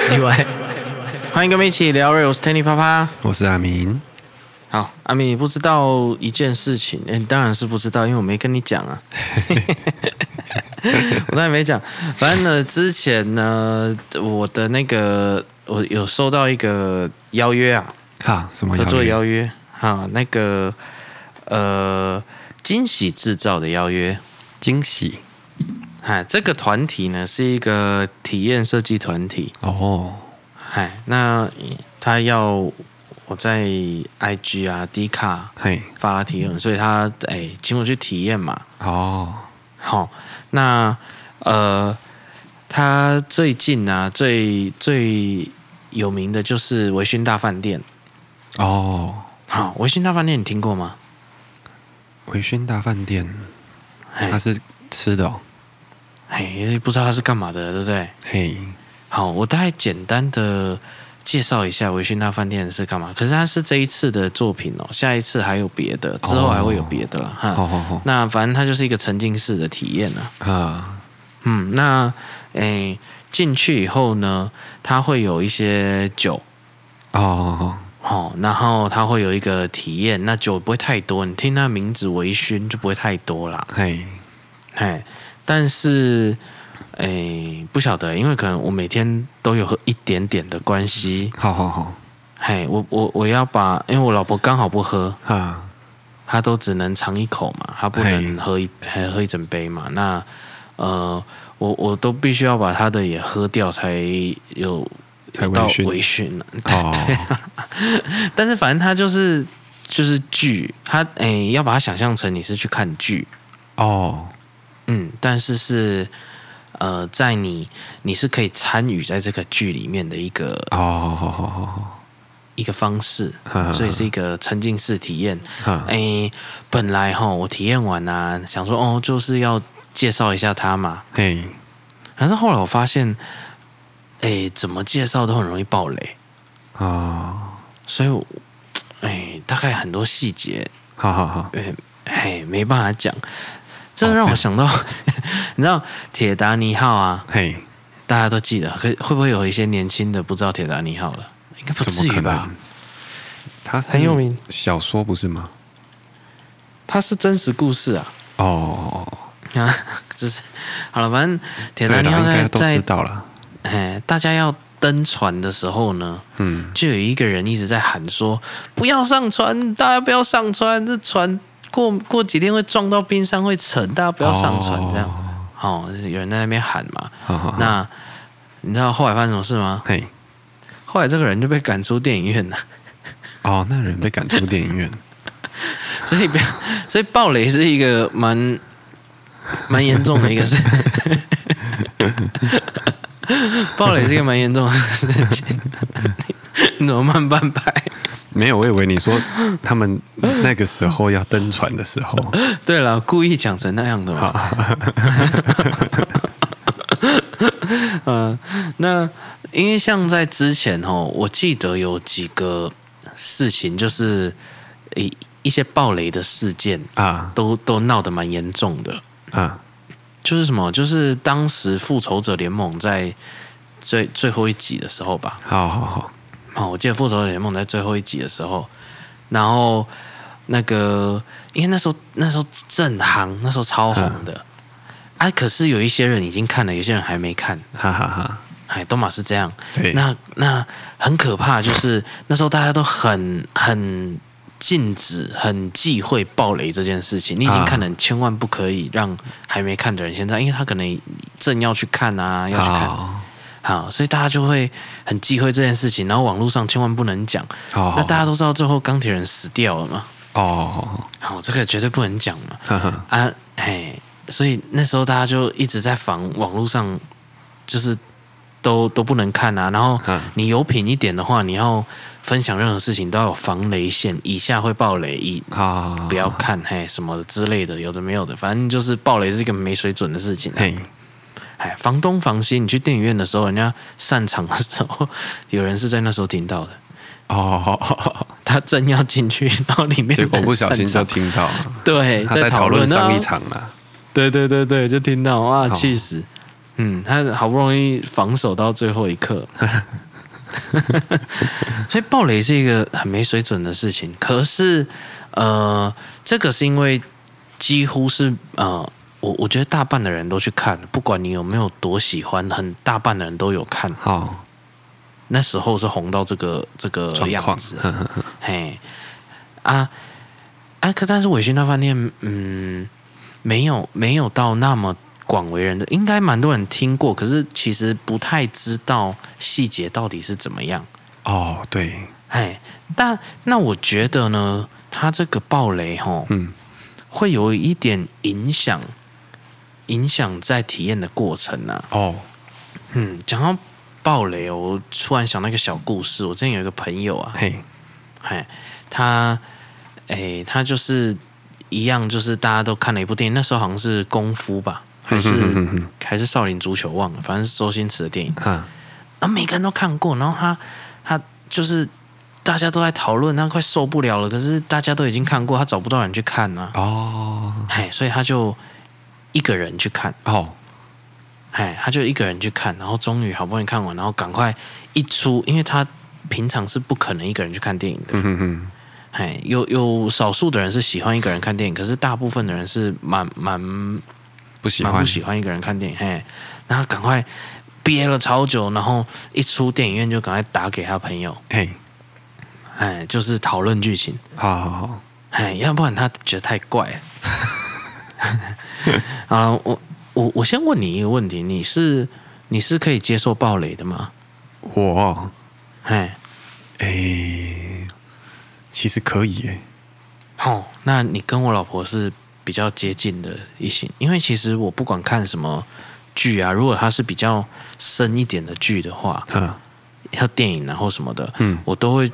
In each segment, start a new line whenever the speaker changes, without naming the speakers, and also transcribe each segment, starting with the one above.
奇怪，
欢迎跟我们一起聊瑞，我是 Tanny 啪啪。
我是阿明，
好，阿米，你不知道一件事情，哎、你当然是不知道，因为我没跟你讲啊。 我当然没讲，反正呢，之前呢，我的那个我有收到一个邀约啊，
哈，什么
合作
哦邀约？
邀约，哈，那个呃惊喜制造的邀约，
惊喜
哎，这个团体呢是一个体验设计团体，
哦，
嗨，那他要我在 IG 啊、D 卡
嘿，
发提问，所以他哎请我去体验嘛。
哦，
好、那呃，他最近啊最最有名的就是维醺大饭店。
哦，
好、维醺大饭店你听过吗？
维轩大饭店，
哎
它是吃的哦，
哎，不知道他是干嘛的，对不对？
嘿，
好，我大概简单的介绍一下维醺大饭店是干嘛。可是它是这一次的作品哦，下一次还有别的，之后还会有别的了、哈。
好好好，
那反正它就是一个沉浸式的体验啊。
啊，
嗯，那诶进去以后呢，它会有一些酒。
哦哦，
哦，然后它会有一个体验，那酒不会太多，你听它名字微醺就不会太多啦
哦。嘿，
哎，但是，哎，不晓得，因为可能我每天都有喝一点点的关系，
好好好，
嘿，我我我要把，因为我老婆刚好不喝，
哈，
她都只能尝一口嘛，她不能喝一还喝一整杯嘛。那呃，我我都必须要把她的也喝掉才有
才微
到
醺
微醺。啊
哦，
但是反正她就是就是剧，她诶、要把它想象成你是去看剧，
哦，
嗯，但是是呃在你你是可以参与在这个剧里面的一个
哦，好好好好好，
一个方式，
哈
所以是一个沉浸式体验。
哈，
诶，本来哈我体验完啊，想说哦就是要介绍一下他嘛，
嘿，
可是后来我发现，诶，怎么介绍都很容易爆雷，
啊，
所以我，诶，大概很多细节，
好好好，
诶，哎，没办法讲。这
哦
让
这
我
样
想到， 你知道铁达尼号啊，
嘿，
大家都记得，可会不会有一些年轻的不知道铁达尼号了？应该不
怎
至
么
于
可
吧
能？？它是
很有名
小说不是吗？
它是真实故事啊，
哦哦，哦
啊，就是好了，反正铁
对
达
了，
尼号
应该
在
都知
在
道了，
哎，大家要登船的时候呢，
嗯，
就有一个人一直在喊说：“不要上船，大家不要上船，这船过过几天会撞到冰山会沉，大家不要上船。”这样，哦有人在那边喊嘛。
好好，好
那你知道后来发生什么事吗？
嘿，
后来这个人就被赶出电影院了。
哦，那人被赶出电影院，
所以不要，所以暴雷是一个蛮蛮严重的一个事， 暴雷是一个蛮严重的事情。 你怎么慢半拍？
没有，我以为你说他们那个时候要登船的时候，
对了，故意讲成那样的嘛。 嗯、那因为像在之前哦，我记得有几个事情，就是一一些暴雷的事件，
啊
都都闹得蛮严重的。
啊，
就是什么？就是当时复仇者联盟在最最后一集的时候吧。
好好好，
哦，我记得复仇者联盟在最后一集的时候，然后那个因为那时候那时候正行，那时候超
嗯
红的。啊，可是有一些人已经看了，有些人还没看，
哈哈哈，
哎，都嘛是这样。
对，
那那很可怕，就是那时候大家都很很禁止、很忌讳暴雷这件事情。你已经
啊
看了，你千万不可以让还没看的人先知道，因为他可能正要去看啊，要去看，
好
好，所以大家就会很忌讳这件事情。然后网络上千万不能讲。
好，
那大家
家
都知道最后钢铁人死掉了嘛？
哦，
好，这个绝对不能讲嘛。
哈哈，
啊，嘿，所以那时候大家就一直在防网络上，就是都都不能看啊。然后
嗯
你有品一点的话，你要分享任何事情都要有防雷线，以下会爆雷，以
好，
不要看，嘿，什么之类的，有的没有的，反正就是爆雷是一个没水准的事情、啊。
嘿，
哎，房东房西，你去电影院的时候，人家散场的时候， 有人是在那时候听到的。
哦，好好好
他正要进去，然后里面
结果不小心
散
就
场
听到了，
对
他在讨
讨啊
论上
那
一场了，
对对对对，就听到哇，
哦
气死！嗯，他好不容易防守到最后 一刻，所以暴雷是一个很没水准的事情。可是，呃，这个是因为几乎是呃，我我觉得大半的人都去看，不管你有没有多喜欢，很大半的人都有看。
好
那时候是红到这个这个
状
样
况
子，，嘿，啊啊！可但是伪勋大饭店，嗯，没有没有到那么广为人的，应该蛮多人听过，可是其实不太知道细节到底是怎么样。
哦，对，
哎，但那我觉得呢，它这个暴雷吼，
嗯，
会有一点影响，影响在体验的过程啊。
哦，
嗯，讲到暴雷哦，我突然想到一个小故事。我之前有一个朋友啊，
嘿，
哎，他，哎，他就是一样，就是大家都看了一部电影，那时候好像是《功夫》吧，还是、
嗯哼哼哼
还是《少林足球》，忘了，反正是周星驰的电影，
哈，
然后每个人都看过，然后他他就是大家都在讨论，他快受不了了，可是大家都已经看过，他找不到人去看呢、啊，
哦，
哎，所以他就一个人去看，
哦，
哎，他就一个人去看，然后终于好不容易看完，然后赶快一出，因为他平常是不可能一个人去看电影的。
嗯哼哼，
哎，有有少数的人是喜欢一个人看电影，可是大部分的人是蛮蛮
不喜
蛮
欢，
不喜欢一个人看电影。嘿，然后赶快憋了超久，然后一出电影院就赶快打给他朋友，
嘿，
哎，就是讨论剧情，
好好好，
哎，要不然他觉得太怪了。 好了，我我我先问你一个问题，你是你是可以接受暴雷的吗？
我，
哎，
哎，其实可以，哎，
哦，那你跟我老婆是比较接近的一型，因为其实我不管看什么剧啊，如果它是比较深一点的剧的话，
哈，
像电影然后什么的，
嗯
我都会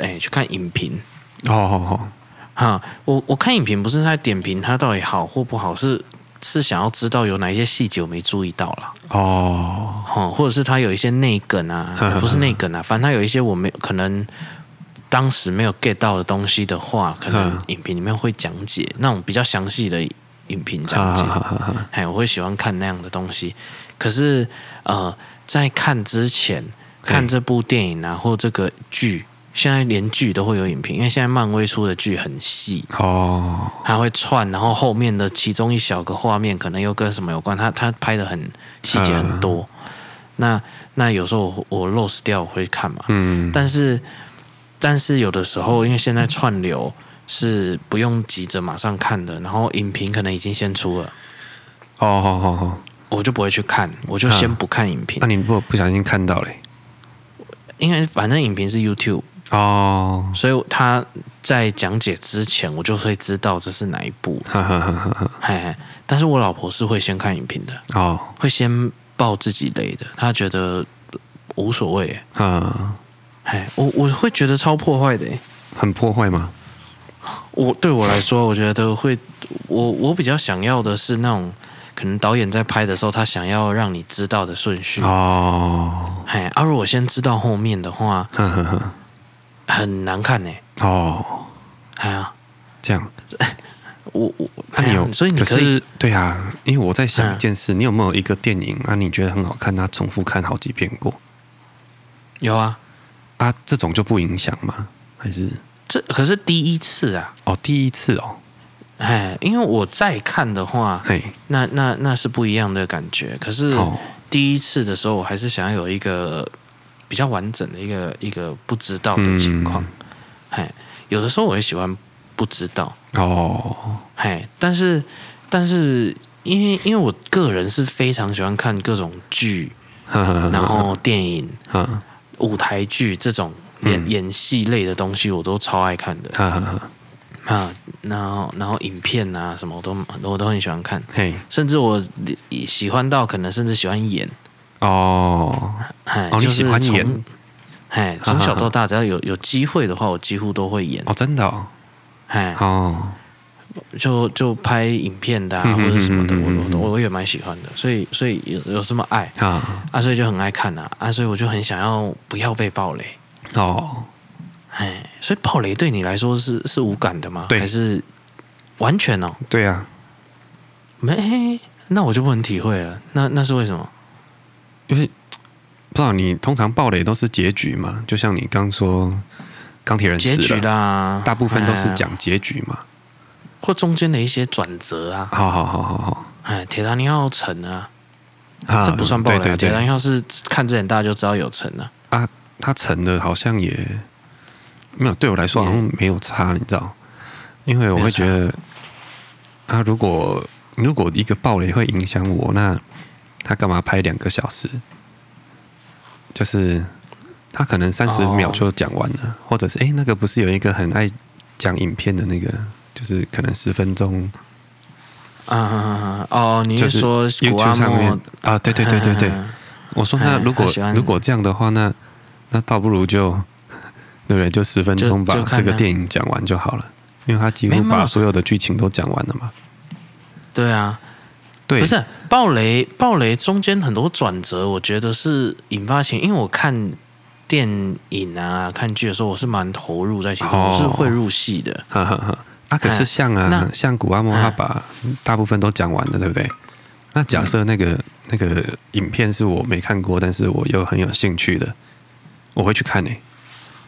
哎、去看影评
哦哦
哈。我我看影评不是在点评它到底好或不好，是是想要知道有哪一些细节我没注意到啦。
哦，哦，
哦，或者是他有一些内梗啊，不是内梗啊，反正他有一些我没可能当时没有 get 到的东西的话，可能
嗯
影评里面会讲解那种比较详细的影评
哈
讲解。
哈哈哈，
哎，我会喜欢看那样的东西。可是呃，在看之前，看这部电影啊，或这个剧，现在连剧都会有影评，因为现在漫威出的剧很细，
哦，
它会串，然后后面的其中一小个画面可能又跟什么有关，它它拍的很细节很多。那那有时候我我 lose 掉我会看嘛，
嗯，
但是但是有的时候因为现在串流是不用急着马上看的，然后影评可能已经先出了，
哦哦哦哦，
我就不会去看，我就先不看影评，
那你如果不小心看到嘞，
因为反正影评是 YouTube，
哦，
所以他在讲解之前我就会知道这是哪一部，
哈哈哈哈哈，
嘿嘿。但是我老婆是会先看影评的。
哦，
会先爆自己雷的，他觉得呃无所谓欸。
啊，
哎，我我会觉得超破坏的欸。
很破坏吗？
我对我来说，我觉得会，我我比较想要的是那种，可能导演在拍的时候，他想要让你知道的顺序。
哦，
哎，啊，如果先知道后面的话，
呵呵呵，
很难看呢。
哦，
哎呀，
这样，
我我，
那你
哎呀
有？
所以你可
可
以
是对啊，因为我在想
嗯
一件事，你有没有一个电影啊，你觉得很好看，那重复看好几遍过
有啊，
啊？这种就不影响吗？还是
这可是第一次啊。
哦，第一次哦，
哎，因为我再看的话，
嘿，
那那那是不一样的感觉。可是
哦，
第一次的时候，我还是想要有一个比较完整的一个一个不知道的情况。
嗯
嘿，有的时候我也喜欢不知道，
哦，
嘿，但是但是因为因为我个人是非常喜欢看各种剧，
呵呵呵，
然后电影、
呵，
舞台剧这种演、演戏类的东西，我都超爱看的
呵呵呵，
啊。然后然后影片啊什么，我都我都很喜欢看。
嘿，
甚至我喜欢到可能甚至喜欢演，
哦，
哎，
哦你
就是
喜欢演
从？哎，从小到大，只要有有机会的话，我几乎都会演。
哦，真的哦，
哎，
哦，
就就拍影片的啊，
嗯
或者什么的，
嗯嗯嗯嗯
我我我也蛮喜欢的。所以所以有有这么爱
啊，
啊，所以就很爱看啊啊，所以我就很想要不要被暴雷。
哦，
哎，所以暴雷对你来说是是无感的吗？
对
还是完全哦？
对啊，
没，那我就不能体会了。那那是为什么？
因为不知道你通常暴雷都是结局嘛，就像你刚说钢铁人
结
死
局
了，
啦，
大部分都是
哎
讲结局嘛。
或中间的一些转折啊，
好好好好好
哎，铁达尼号沉啊，
啊，
这不算暴雷、啊。
对对
铁达尼
对，
号是看之前大家就知道有沉啊，
他沉的好像也没有，对我来说好像没有差，你知道？因为我会觉得，啊，如果如果一个暴雷会影响我，那他干嘛拍两个小时？就是他可能三十
哦
秒就讲完了，或者是诶，那个不是有一个很爱讲影片的那个，就是可能十分钟，
啊啊啊啊哦，你
就是
说古阿
YouTube 上
莫
面？啊，对对对对对，我说那
嗯
如果
他喜欢
如果这样的话，那那倒不如就 对不对？就十分钟把
就看
这个
看
电影讲完就好了，因为他几
没
乎
有没有
把所有的剧情都讲完了嘛。
对啊，
对，
不是暴雷，暴雷中间很多转折，我觉得是引发情，因为我看电影啊、看剧的时候，我是蛮投入在其中，
哦
我是会入戏的。
呵呵呵，啊，可是
嗯
像
那
啊，像古阿莫
嗯
他把大部分都讲完了，对不对？那假设那个那个影片是我没看过，但是我又很有兴趣的，我会去看诶，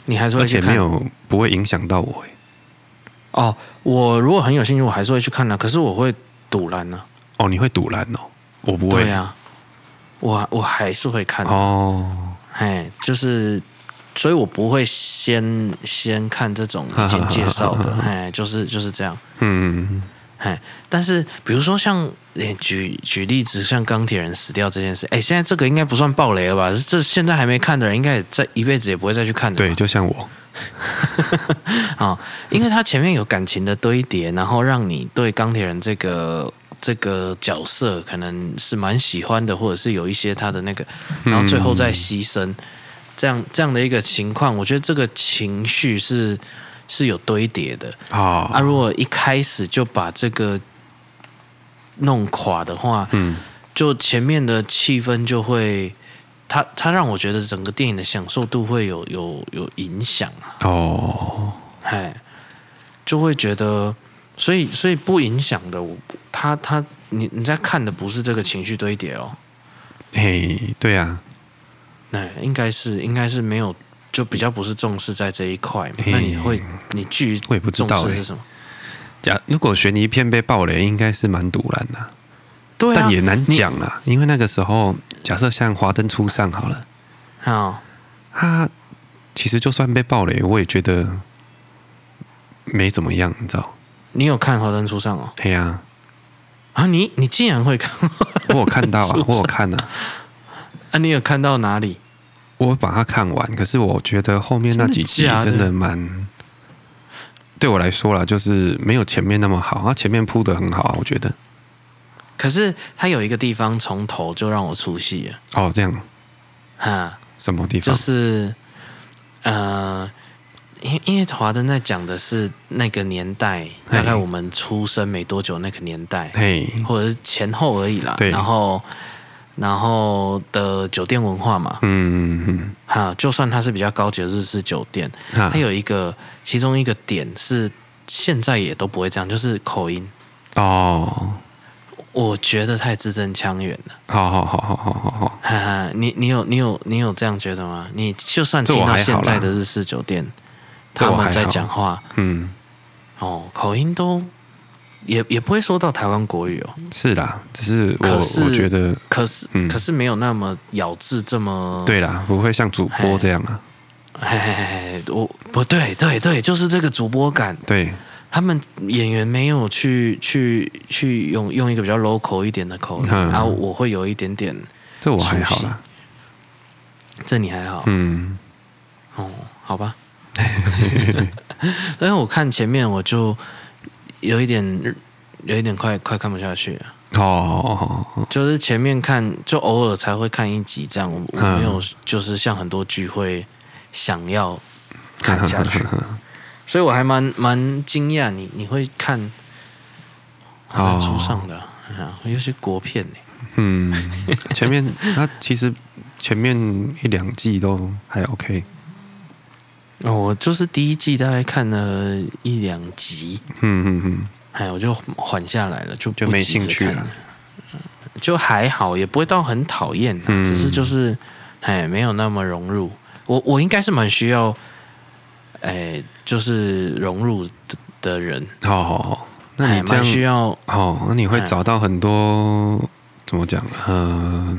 你还是
而
会去
且
看
没有不会影响到我欸诶。
哦。我如果很有兴趣，我还是会去看的、可是我会堵拦呢、
哦，你会堵拦哦，我不会
对。啊，我我还是会看的。啊
哦，
哎，就是，所以我不会先先看这种已经介绍的，哎，就是就是这样，
嗯，
哎，但是比如说像，哎，举举例子，像钢铁人死掉这件事，哎，现在这个应该不算暴雷了吧？这现在还没看的人，应该也在一辈子也不会再去看的
对，
吧，
就像我，
啊、因为他前面有感情的堆叠，然后让你对钢铁人这个。这个角色可能是蛮喜欢的，或者是有一些他的那个，然后最后再牺牲，这样这样的一个情况，我觉得这个情绪是是有堆叠的。
好
啊，如果一开始就把这个弄垮的话，
嗯，
就前面的气氛就会，它它让我觉得整个电影的享受度会有有有影响啊，
哦，
哎，就会觉得，所以所以不影响的，我他他你你在看的不是这个情绪堆叠哦，
嘿，对啊，
那应该是应该是没有，就比较不是重视在这一块嘛。
诶
那你会你剧
我也不知
重
道
视
欸
是什么？
假如果悬疑片被爆雷，应该是蛮堵然的，
对啊，
哎但也难讲啦，因为那个时候，假设像《华灯初上》好了，
啊好，
它其实就算被爆雷，我也觉得没怎么样，你知道？
你有看《华灯初上》哦？
嘿呀、
啊，你你竟然会看
我有看到啊
初上，
我有看啊，
啊？你有看到哪里？
我把它看完，可是我觉得后面那几集
真的假的
真的蛮。对我来说啦，就是没有前面那么好，它前面铺的很好啊，我觉得。
可是它有一个地方从头就让我出戏了，
哦，这样
哈，
什么地
就
方？
是呃，因因为华灯在讲的是那个年代，
嘿
大概我们出生没多久那个年代，
嘿，
或者是前后而已啦。
对
然后然后的酒店文化嘛，
嗯嗯
哈，就算它是比较高级的日式酒店，
嗯，哈
它有一个其中一个点是现在也都不会这样，就是口音，
哦，
我觉得太字正腔圆了。
好好好好好好好，
哈哈， 你你有你有你有这样觉得吗？你就算
这
听
我
到
还好
现
啦
在的日式酒店，
这
他
我
们
还
在
好
讲话
嗯，
哦，口音都也也不会说到台湾国语哦，
是啦，只是
可
我
是
我觉得，
可是、
嗯
可是没有那么咬字这么
对啦，不会像主播这样啊，
嘿嘿嘿，我不对，对对，就是这个主播感，
对，
他们演员没有去去去用用一个比较 local 一点的口音，
嗯
然后、我会有一点点，
这我还好啦，
这你还好、
嗯，
哦，好吧。 所以我看前面我就有一点有一点快快看不下去了，
哦哦哦，哦
就是前面看就偶尔才会看一集这样，我我
嗯
没有就是像很多剧会想要看下 去，所以我还蛮蛮惊讶你你会看
哦
出上的啊，啊尤其是国片呢、
嗯，前面他其实前面一两季都还 OK，
哦，我就是第一季大概看了一两集，
嗯嗯嗯，
哎，我就缓下来了，就
就
不
没
急着
兴趣
看
了。
就还好，也不会到很讨厌、啊，
嗯
只是就是哎没有那么融入。我我应该是蛮需要，哎，就是融入的的人，
好好好，那
哎，
你这
蛮需
样，
要
哦，那你会
嗯
找到很多怎么讲？呃，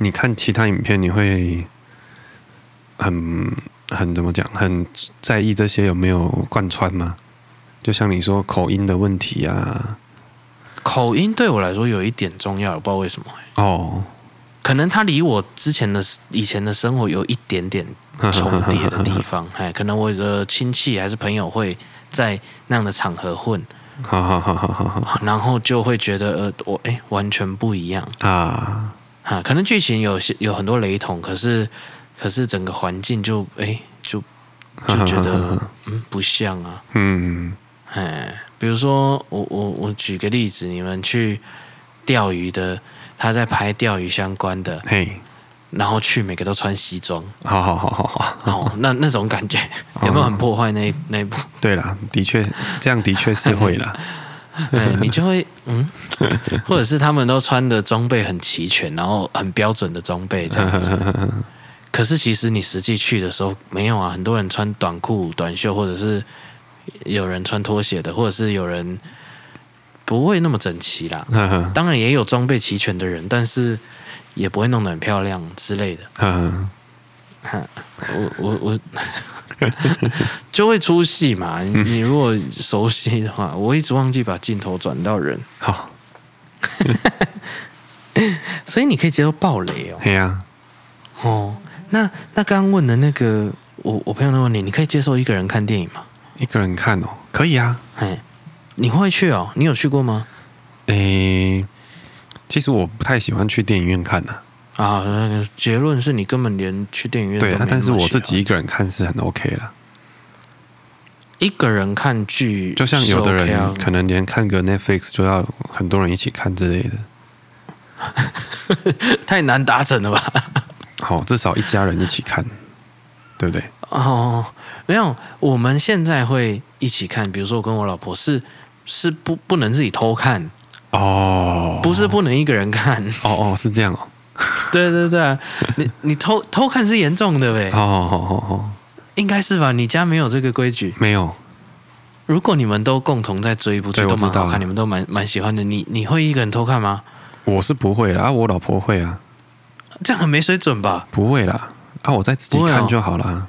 你看其他影片，你会很很怎么讲？很在意这些有没有贯穿吗？就像你说口音的问题啊，
口音对我来说有一点重要，我不知道为什么、哎
哦，
可能他离我之前的以前的生活有一点点重叠的地方，哎，可能我的亲戚还是朋友会在那样的场 合混，
好好好好好好
然后就会觉得呃，我哎完全不一样
啊，
哈、可能剧情有些有很多雷同，可是可是整个环境就哎就就觉得嗯不像啊，
嗯
哎，比如说我我我举个例子，你们去钓鱼的，他在拍钓鱼相关的，
嘿，
然后去每个都穿西装，
好好好好好。
哦，那那种感觉有没有很破坏那一那一部？
对啦，的确，这样的确是会 啦。
哎，你就会嗯，或者是他们都穿的装备很齐全，然后很标准的装备这样子。可是其实你实际去的时候没有啊，很多人穿短裤、短袖，或者是有人穿拖鞋的，或者是有人不会那么整齐啦。
呵呵
当然也有装备齐全的人，但是也不会弄得很漂亮之类的。
呵呵
哈，我我我 就会出戏嘛。你你如果熟悉的话，我一直忘记把镜头转到人，
好，
所以你可以接受暴雷哦。
嘿啊呀、
哦，那那刚刚问的那个，我我朋友的问你，你可以接受一个人看电影吗？
一个人看哦，可以啊。
哎，你会去哦？你有去过吗？
诶、其实我不太喜欢去电影院看的、
啊，呃结论是你根本连去电影院都
对
没那
啊
么，
但是我自
喜
己一个人看是很 OK 啦。
欢一个人看剧，啊
就像有的人可
能
能连看个 Netflix 就要很多人一起看之类的。
太难达成了吧？
好，哦至少一家人一起看，对不对？
哦，没有，我们现在会一起看，比如说我跟我老婆是是不不能自己偷看，
哦，
不是不能一个人 看，
哦哦，是这 样哦。
对对对啊，你你偷偷看是严重的呗，
哦哦哦哦，
应该是吧？你家没有这个规矩。
没有，
如果你们都共同在追一部剧，
对
都蛮
我知道
好看，你们都蛮蛮喜欢的，你你会一个人偷看吗？
我是不会啦，啊，我老婆会啊，
这样很没水准吧？
不会啦，啊，我再自己
不会哦
看就好啦。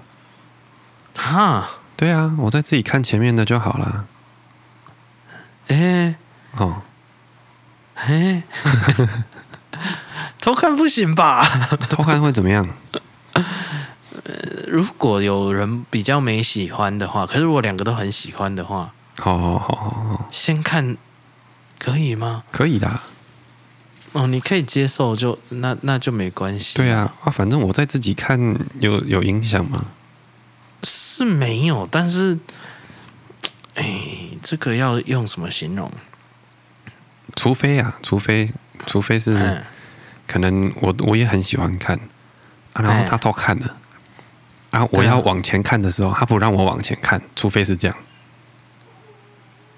哈，
对啊，我再自己看前面的就好啦。
哎
哦，
哎， 偷看不行吧？
偷看会怎么样？
如果有人比较没喜欢的话，可是我两个都很喜欢的话，
好好好好好，
先看可以吗？
哦可以啦。
哦，你可以接受就那那就没关系。
对，啊，啊，反正我在自己看有有影响吗？
是没有，但是，哎，这个要用什么形容？
除非啊，除非除非是
嗯，
可能我我也很喜欢看，啊、然后
嗯
他偷看了，啊，我
对啊
要往前看的时候，他不让我往前看，除非是这样。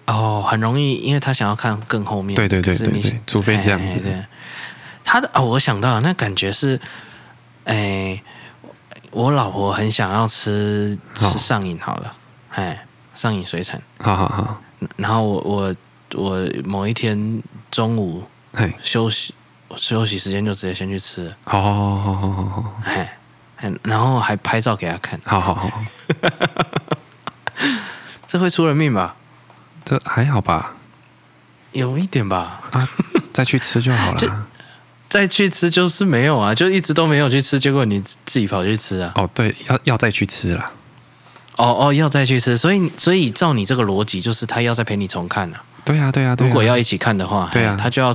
哦，很容易，因为他想要看更后面。
对对对
可是你
对对除非这样子
哎对他的哦，我想到了那感觉是，哎，我老婆很想要吃吃
好
上瘾好了，哎，上瘾水产。
好好好，
然后我我我某一天中午
嘿，
休息休息时间就直接先去吃了，
好好好好好好好
哎，哎然后还拍照给他看，
好好好，
这会出人命吧？
这还好吧？
有一点吧，
啊， 再去吃就好
这
啦。
再去吃就是没有啊，就一直都没有去吃，结果你自己跑去吃啊。
哦，对，要要再去吃啦。
哦哦，要再去吃，所以所以照你这个逻辑，就是他要再陪你重看啊。
对啊，对啊，对啊
如果要一起看的话，
对啊
哎他就要，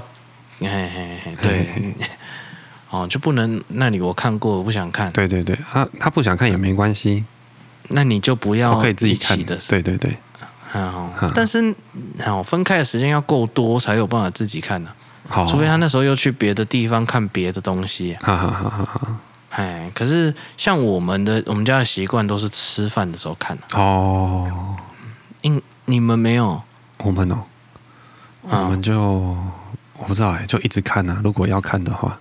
嘿嘿嘿，对
嘿，
哦，就不能那里我看过，我不想看，
对对对，他他不想看也没关系，
那你就不要
我可以自己
哦一起
看
的，
对对对，
哦
嗯，
但是好分开的时间要够多，才有办法自己看呢、啊
好，
除非他那时候又去别的地方看别的东西、
哈哈哈哈哈。
哎，可是像我们的我们家的习惯都是吃饭的时候看、啊，
哦，
因你们没有
我们哦，
嗯
我们就我不知道哎、就一直看呐、如果要看的话，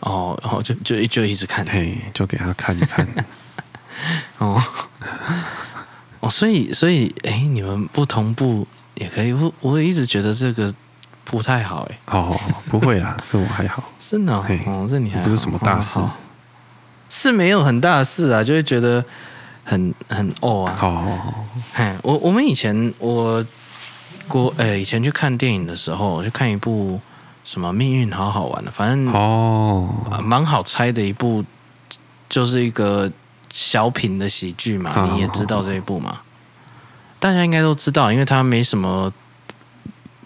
哦，然后就就就一直看，
嘿，就给他看一看。
哦， 哦，所以所以，哎，你们不同步也可以，我我一直觉得这个不太好，哎，
哦，不会啦，这我还好。
真的哦，
嘿
哦这你还好
不是什么大
哦
事
好是没有很大的事啊，就会觉得很很哦啊，
哦，
嘿，我我们以前我国呃以前去看电影的时候，我去看一部什么《命运好好玩》的，反正
哦，
啊蛮好猜的一部，就是一个小品的喜剧
好
嘛，你也知道这一部嘛，大家应该都知道，因为它没什么，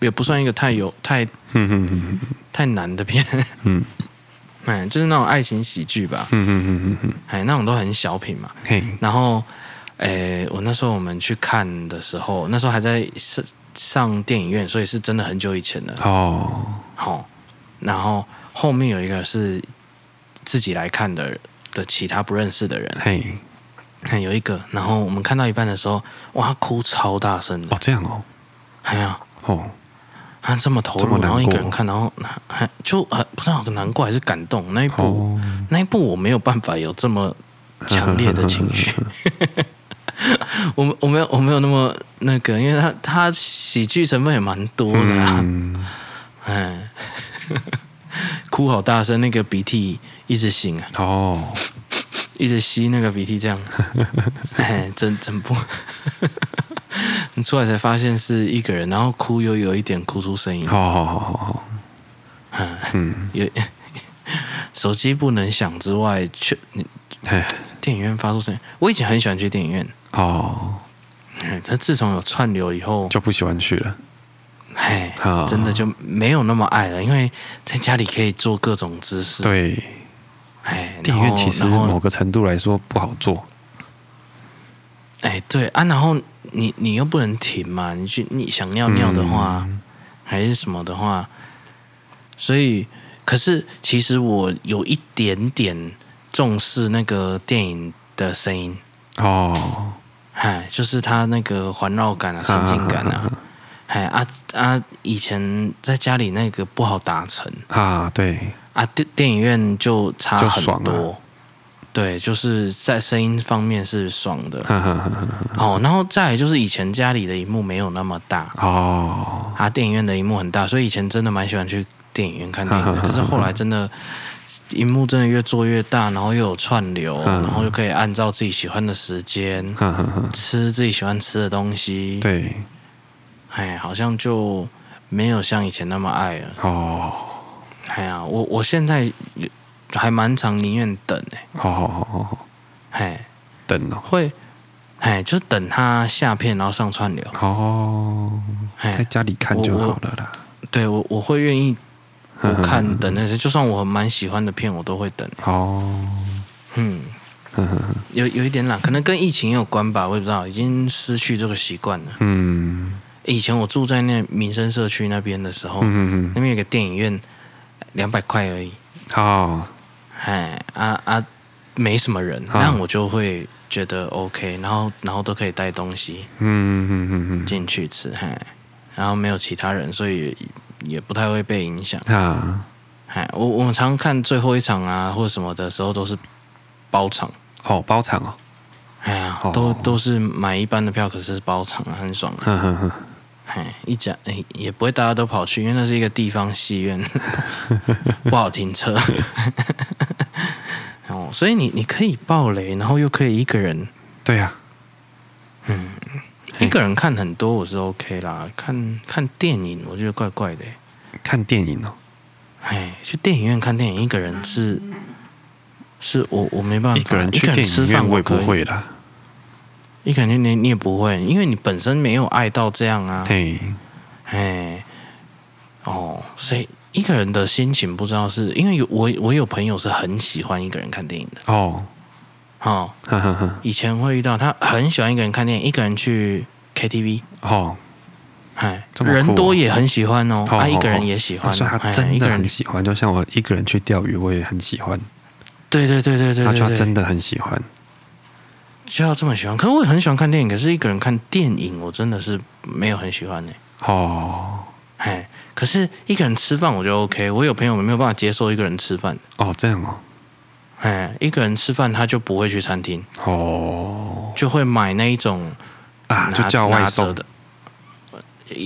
也不算一个太有太
嗯嗯嗯
太难的片，
嗯
哎，就是那种爱情喜剧吧，
嗯嗯嗯嗯，
哎，那种都很小品嘛，
嘿，
然后，诶，我那时候我们去看的时候，那时候还在上上电影院，所以是真的很久以前了。
哦，
好、然后后面有一个是自己来看的的其他不认识的人，
嘿，
看有一个，然后我们看到一半的时候，哇，他哭超大声的
哦，，这样哦，
哎呀，
哦，
他这么投
这么
入，
难
然
过
后一个人看，然后还就很不知道难过还是感动那一部，
哦，
那一部我没有办法有这么强烈的情 绪。我没我没有我没有那么那个，因为他他喜剧成分也蛮多的啊啦，
嗯，
哎，哭好大声，那个鼻涕一直擤啊，
哦，
一直吸那个鼻涕，这样，哎，真真不，你出来才发现是一个人，然后哭又有一点哭出声音，
好好好好好，嗯，
有手机不能响之外，却你
嘿，
电影院发出声音，我以前很喜欢去电影院，
哦，
哎但自从有串流以后，
就不喜欢去了，
哎
啊，
真的就没有那么爱了，因为在家里可以做各种姿势。，
对，
哎，
电影
然
院
后
其实
然后
某个程度来说不好做，
哎对啊，然后你你又不能停嘛，你去你想尿尿的话、
嗯
还是什么的话，所以可是其实我有一点点重视那个电影的声音，
哦，
哎，就是它那个环绕感啊、沉浸感啊，哎啊啊，以前在家里那个不好达成。
啊，对，
啊，电电影院就差
就
很
爽
多
了。
对，就是在声音方面是爽的
哈哈哈，
哦，然后再来就是以前家里的荧幕没有那么大，
哦，
啊，电影院的荧幕很大，所以以前真的蛮喜欢去电影院看电影的。可是后来真的，荧幕真的越做越大，然后又有串流，然后又可以按照自己喜欢的时间
哈哈哈，
吃自己喜欢吃的东西，，
对，
哎，好像就没有像以前那么爱了。
哦，
哎呀，我我现在也还蛮常宁愿等哎、
好好好好好，
哎。
哦等哦，
会，哎，就等它下片然后上串流。
哦，在
哎，
家里看就好了啦，
对我我会愿意不看等那些，就算我蛮喜欢的片，我都会等。
哦，
嗯，有有一点懒，可能跟疫情也有关吧，我也不知道，已经失去这个习惯了。
嗯
以前我住在那民生社区那边的时候，
嗯嗯
那边有个电影院，两百块而已，
嗯，好，
哎啊啊，没什么人，
啊
那我就会觉得 OK，然后然后都可以带东西。
嗯嗯嗯
进去吃，嘿，然后没有其他人，所以也也不太会被影响。
嗯，啊，
嘿，哎我我们常看最后一场啊或什么的时候都是包场，
哦，包场哦，
哎呀
哦，
都都是买一般的票，可是包场啊很爽啊。
哈哈哈，
嘿，一家哎也不会大家都跑去，因为那是一个地方戏 院，不好停车。 哦，所以你你可以爆雷，然后又可以一个人
对啊呀，
一个人看很多，我是 OK 啦。看看电影，我觉得怪怪的、
看电影哦，
哎，去电影院看电影，一个人是，是我我没办法，
一个人去电
吃
影
饭
院我也
可以啊
不，会啦，
一个人去你你也不会，因为你本身没有爱到这样啊，
嘿，
哎，哦，所以一个人的心情不知道是因为有我我有朋友是很喜欢一个人看电影的，
哦，
哦，
哈哈哈，
以前会遇到他很喜欢一个人看电影，一个人去 KTV。
哦，
哎，
这么酷哦
人多也很喜欢哦，
好
他
好
一个
好
人也喜欢
所以
哦，
他
哎
真
一
的
个
很
人，
喜欢，就像我一个人去钓鱼，我也很喜欢，
对对对对对
他
对
就他
对，
真的很喜欢，
就要这么喜欢。可是我也很喜欢看电影，可是一个人看电影，我真的是没有很喜欢呢、
哦，
哎，可可是一个人吃饭我就 OK，我有朋友没有办法接受一个人吃饭，
哦，这样哦，
哎，一个人吃饭他就不会去餐厅，
哦
就会买那一种
啊，
拿
就叫外
拿着
送
的。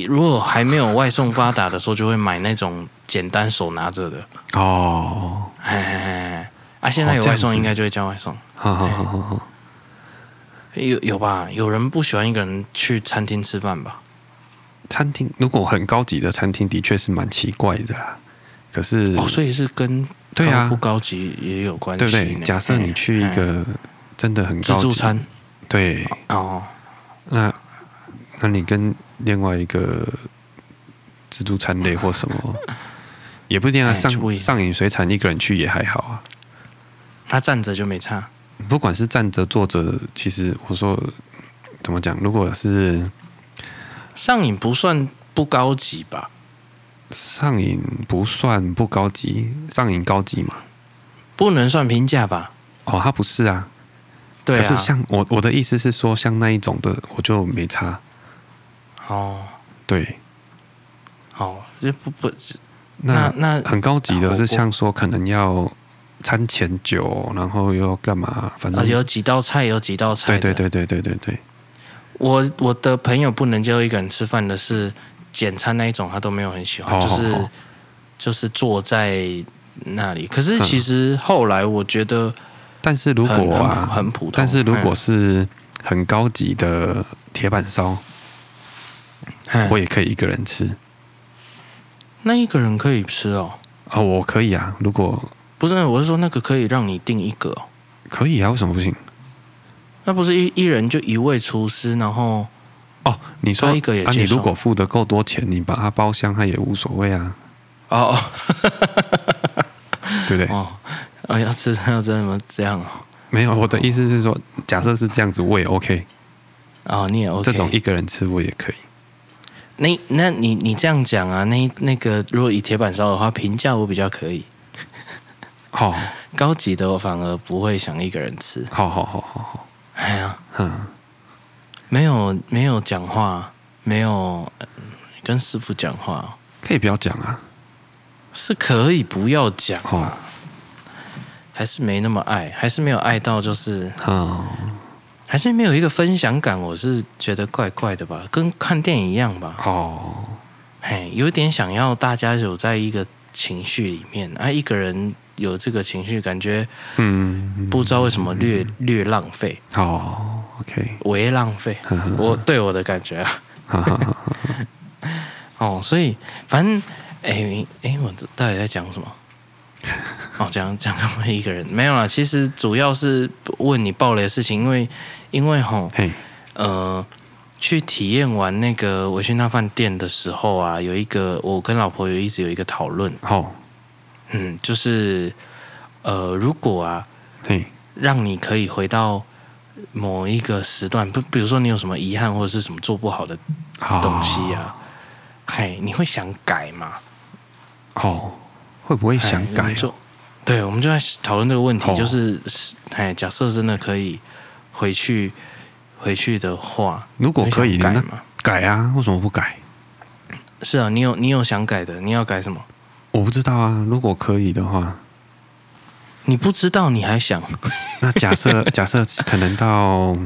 如果还没有外送发达的时候，就会买那种简单手拿着的。
哦，
哎哎哎哎啊，现在
哦
有
这样
外送，
子
应该就会叫外送。
好好好好
哎
好，
有有吧？有人不喜欢一个人去餐厅吃饭吧？
餐厅如果很高级的餐厅，的确是蛮奇怪的啦。可是，
哦，所以是跟
对啊
高不高级也有关系
对
呢。
不对？假设你去一
欸哎
个真的很
自
高级
助，餐
对，
哦，
那那你跟另外一个自助餐类或什 么，也不一定啊。
哎
上
就不一样
上瘾水产一个人去也还好啊。
他站着就没差。
不管是站着坐着，其实我说怎么讲，如果是
上瘾不算不高级吧？
上瘾不算不高级，上瘾高级嘛？
不能算平价吧？
哦，它不是啊。
对啊，
可是像我我的意思是说，像那一种的，我就没差。
哦
对，
哦，这不不
那
那那
很高级的
火
是
锅
像说可能要餐前酒，然后又要干嘛，反
啊
正
有几道菜有几道菜
对对
的。
对对对对对。
我我的朋友不能接受一个人吃饭的是简餐那一种，他都没有很喜欢，
哦
就是、
哦哦
就是坐在那里。可是其实后来我觉得
但是嗯如
很
果
很
啊，
很普通，
但是如果
嗯
是很高级的铁板烧，
嗯
我也可以一个人吃
那一个人可以吃哦，
啊，我可以啊，如果
不是，我是说那个可以让你订一个、哦，
可以啊，为什么不行？
那不是一一人就一位厨师，然后
哦，你说
他一个也
啊，
接
你
受
如果付的够多钱，你把它包厢，它也无所谓啊，
哦
对不对？
哦哦，要吃要真的这样哦，
没有，我的意思是说，假设是这样子，我也 OK，,
哦你也 OK，
这种一个人吃我也可以。
那那你你这样讲啊，那那个如果以铁板烧的话，评价我比较可以，
好，
高级的我反而不会想一个人吃。
哦好好好好好，
哎呀，
嗯，
没有没有讲话，没有、呃跟师傅讲话，
可以不要讲啊，哦
是可以不要讲，啊
好、
还是没那么爱，还是没有爱到，就是
嗯，
还是没有一个分享感，我是觉得怪怪的吧，跟看电影一样吧，
好，
哎，有点想要大家有在一个情绪里面，啊，一个人有这个情绪，感觉
嗯，
不知道为什么略略浪费，
好，OK，哦
为浪费，
呵呵
我对我的感觉啊。
哈哈哈哈
哦，所以反正，哎、哎、我这到底在讲什么？哦，讲讲他们一个人没有啦。其实主要是问你爆雷的事情，因为因为吼，
嘿，
呃，去体验完那个维勋那饭店的时候啊，有一个我跟老婆有一直有一个讨论，
好，
嗯，就是呃，如果啊，
嘿，
让你可以回到某一个时段，不，比如说你有什么遗憾或者是什么做不好的
好
东西啊，嘿，你会想改吗？
哦，会不会想
哎我
改啊
们就对，我们就在讨论这个问题，
哦
就是哎，假设真的可以回去回去的话，
如果
你会
可以
想改
那
吗？
改啊？为什么不改？
是啊，你有你有想改的，你要改什么？
我不知道啊。如果可以的话，
你不知道你还想
那假 设假设可能到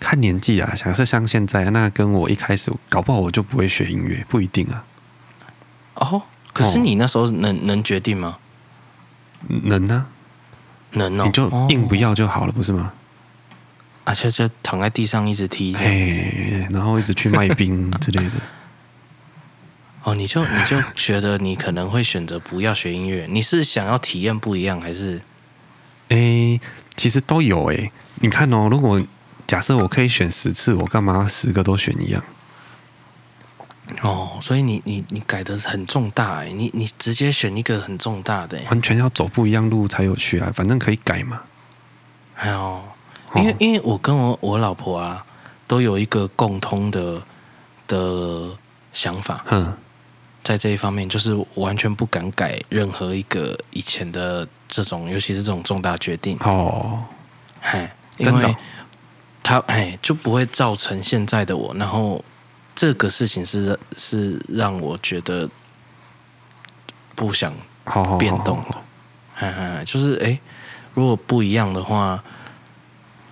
看年纪啊，假设像现在，那跟我一开始搞不好我就不会学音乐，不一定啊。
哦？可是
哦
你那时候能能决定吗？
能啊，
能哦，
你就
哦
硬不要就好了，不是吗？
啊，就就躺在地上一直
哦
踢这样
嘿，然后一直去卖冰之类的。
哦，你就你就觉得你可能会选择不要学音乐，你是想要体验不一样，还是
诶，其实都有诶。你看哦，如果假设我可以选十次，我干嘛十个都选一样？
哦？所以你你你改的很重大哎，你你直接选一个很重大的哎，
完全要走不一样路才有趣啊！反正可以改嘛。
还有，
哦
哎因为因为我跟我我老婆啊，都有一个共通的的想法，
哼，
在这一方面，就是我完全不敢改任何一个以前的这种，尤其是这种重大决定，
哦，
嗨，因
真的哦
为他哎就不会造成现在的我，然后这个事情是是让我觉得不想
好好
变动的，嗯嗯，就是哎、诶如果不一样的话，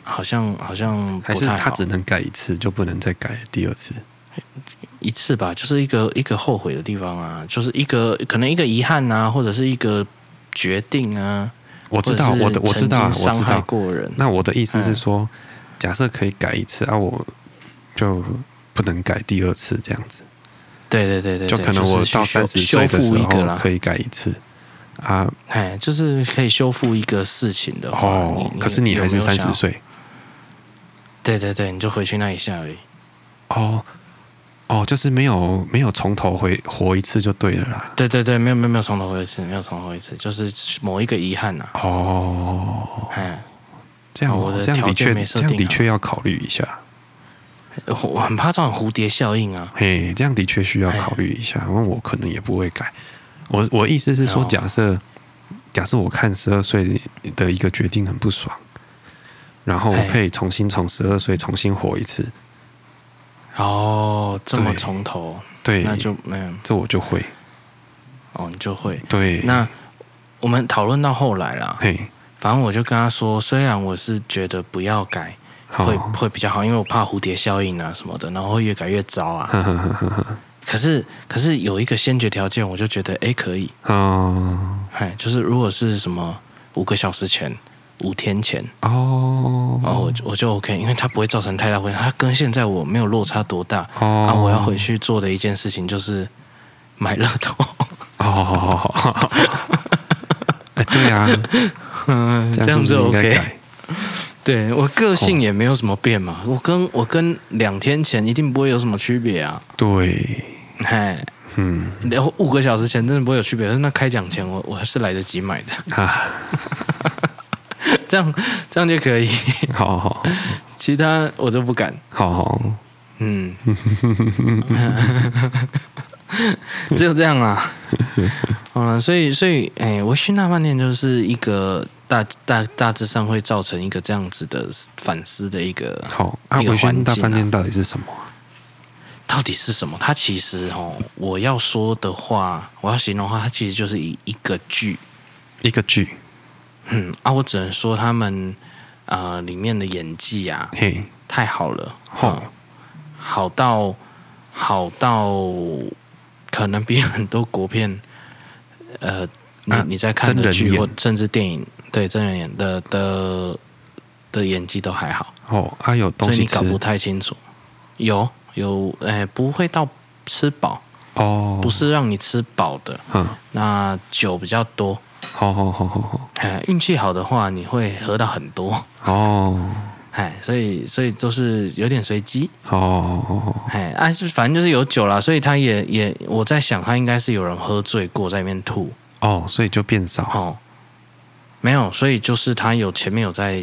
好像好像
还
不
是
太
他
好
只能改一次，就不能再改第二次。
一次吧，就是一个一个后悔的地方啊，就是一个可能一个遗憾啊，或者是一个决定啊，
我知道，
或者是
我的我知道，
曾
我
经伤
知
害
道。
过人，
那我的意思是
嗯
说，假设可以改一次啊，我就不能改第二次这样子。
对对对对，
就
对
可能
是
我
去
到
修
三十岁
修
的
复
时
一个
候
啦，
可以改一次啊。
哎，就是可以修复一个事情的话，
哦，可是你还是
有没
三
有想
十
要，
岁
对对对，你就回去那一下而已。
哦哦，就是没有没有从头回活一次就对了啦。
对对对，没有没有没有重头回一次，没有重头回一次，就是某一个遗憾呐、啊，
哦，
哎，
这样
我的
这样的
条件
确
没设
这样
定啊
的
好
确要考虑一下，
我我很怕这种蝴蝶效应啊，
嘿，这样的确
哎
需要考虑一下，因为我可能也不会改。我我意思是说，
哦
假设假设我看十二岁的一个决定很不爽，然后我
嘿
可以重新从十二岁重新活一次，
哦，这么
对
从头，
对，
那就没有
这我就会
哦，你就会。
对
那我们讨论到后来啦，
嘿。
反正我就跟他说，虽然我是觉得不要改
好
会会比较好，因为我怕蝴蝶效应啊什么的，然后会越改越糟啊。
呵呵呵呵呵
可是可是有一个先决条件，我就觉得诶可以，
哦
哎，就是如果是什么五个小时前、五天前，
哦
然后我就我就 OK，因为它不会造成太大混响，它跟现在我没有落差多大。
哦，
啊，我要回去做的一件事情就是买乐 透，
哦，好好好好好，哎，对啊，
嗯，
这
这
样
样
是
就
不是应该
OK。
改？哦
对我个性也没有什么变嘛，我跟我跟两天前一定不会有什么区别啊。
对，
嗨，
嗯
然后五个小时前真的不会有区别，但是那开奖前我我还是来得及买的，
啊，
这样这样就可以，
好好
其他我都不敢。
好好，
嗯， 只有这样啊。 嗯，所以所以，哎、我熏纳饭店就是一个大大大致上会造成一个这样子的反思的一个，
好啊，
一个
维轩
环
大
境
饭
啊
店到底是什么啊？
到底是什么？它其实哦，我要说的话，我要形容的话，它其实就是一一个剧。
一个剧，
嗯啊，我只能说他们呃里面的演技啊
嘿，
太好了，
好
嗯好到好到可能比很多国片，呃，你、
啊
你在看
真
的
人
剧
演
或甚至电影，对真人演的的的演技都还好，
哦啊，有
所
东
以你
西
搞不
吃
太清楚。有有，哎、不会到吃饱，
哦，
不，是让你吃饱的。
嗯，
那酒比较多，
好好好好好
哎，运气好的话，你会喝到很多，
哦，
哎，所以所以都是有点随机。
好好好好，
哎，啊，是反正就是有酒啦，所以他也也，我在想他应该是有人喝醉过在里面吐，
哦，所以就变少，
哦，没有，所以就是他有前面有在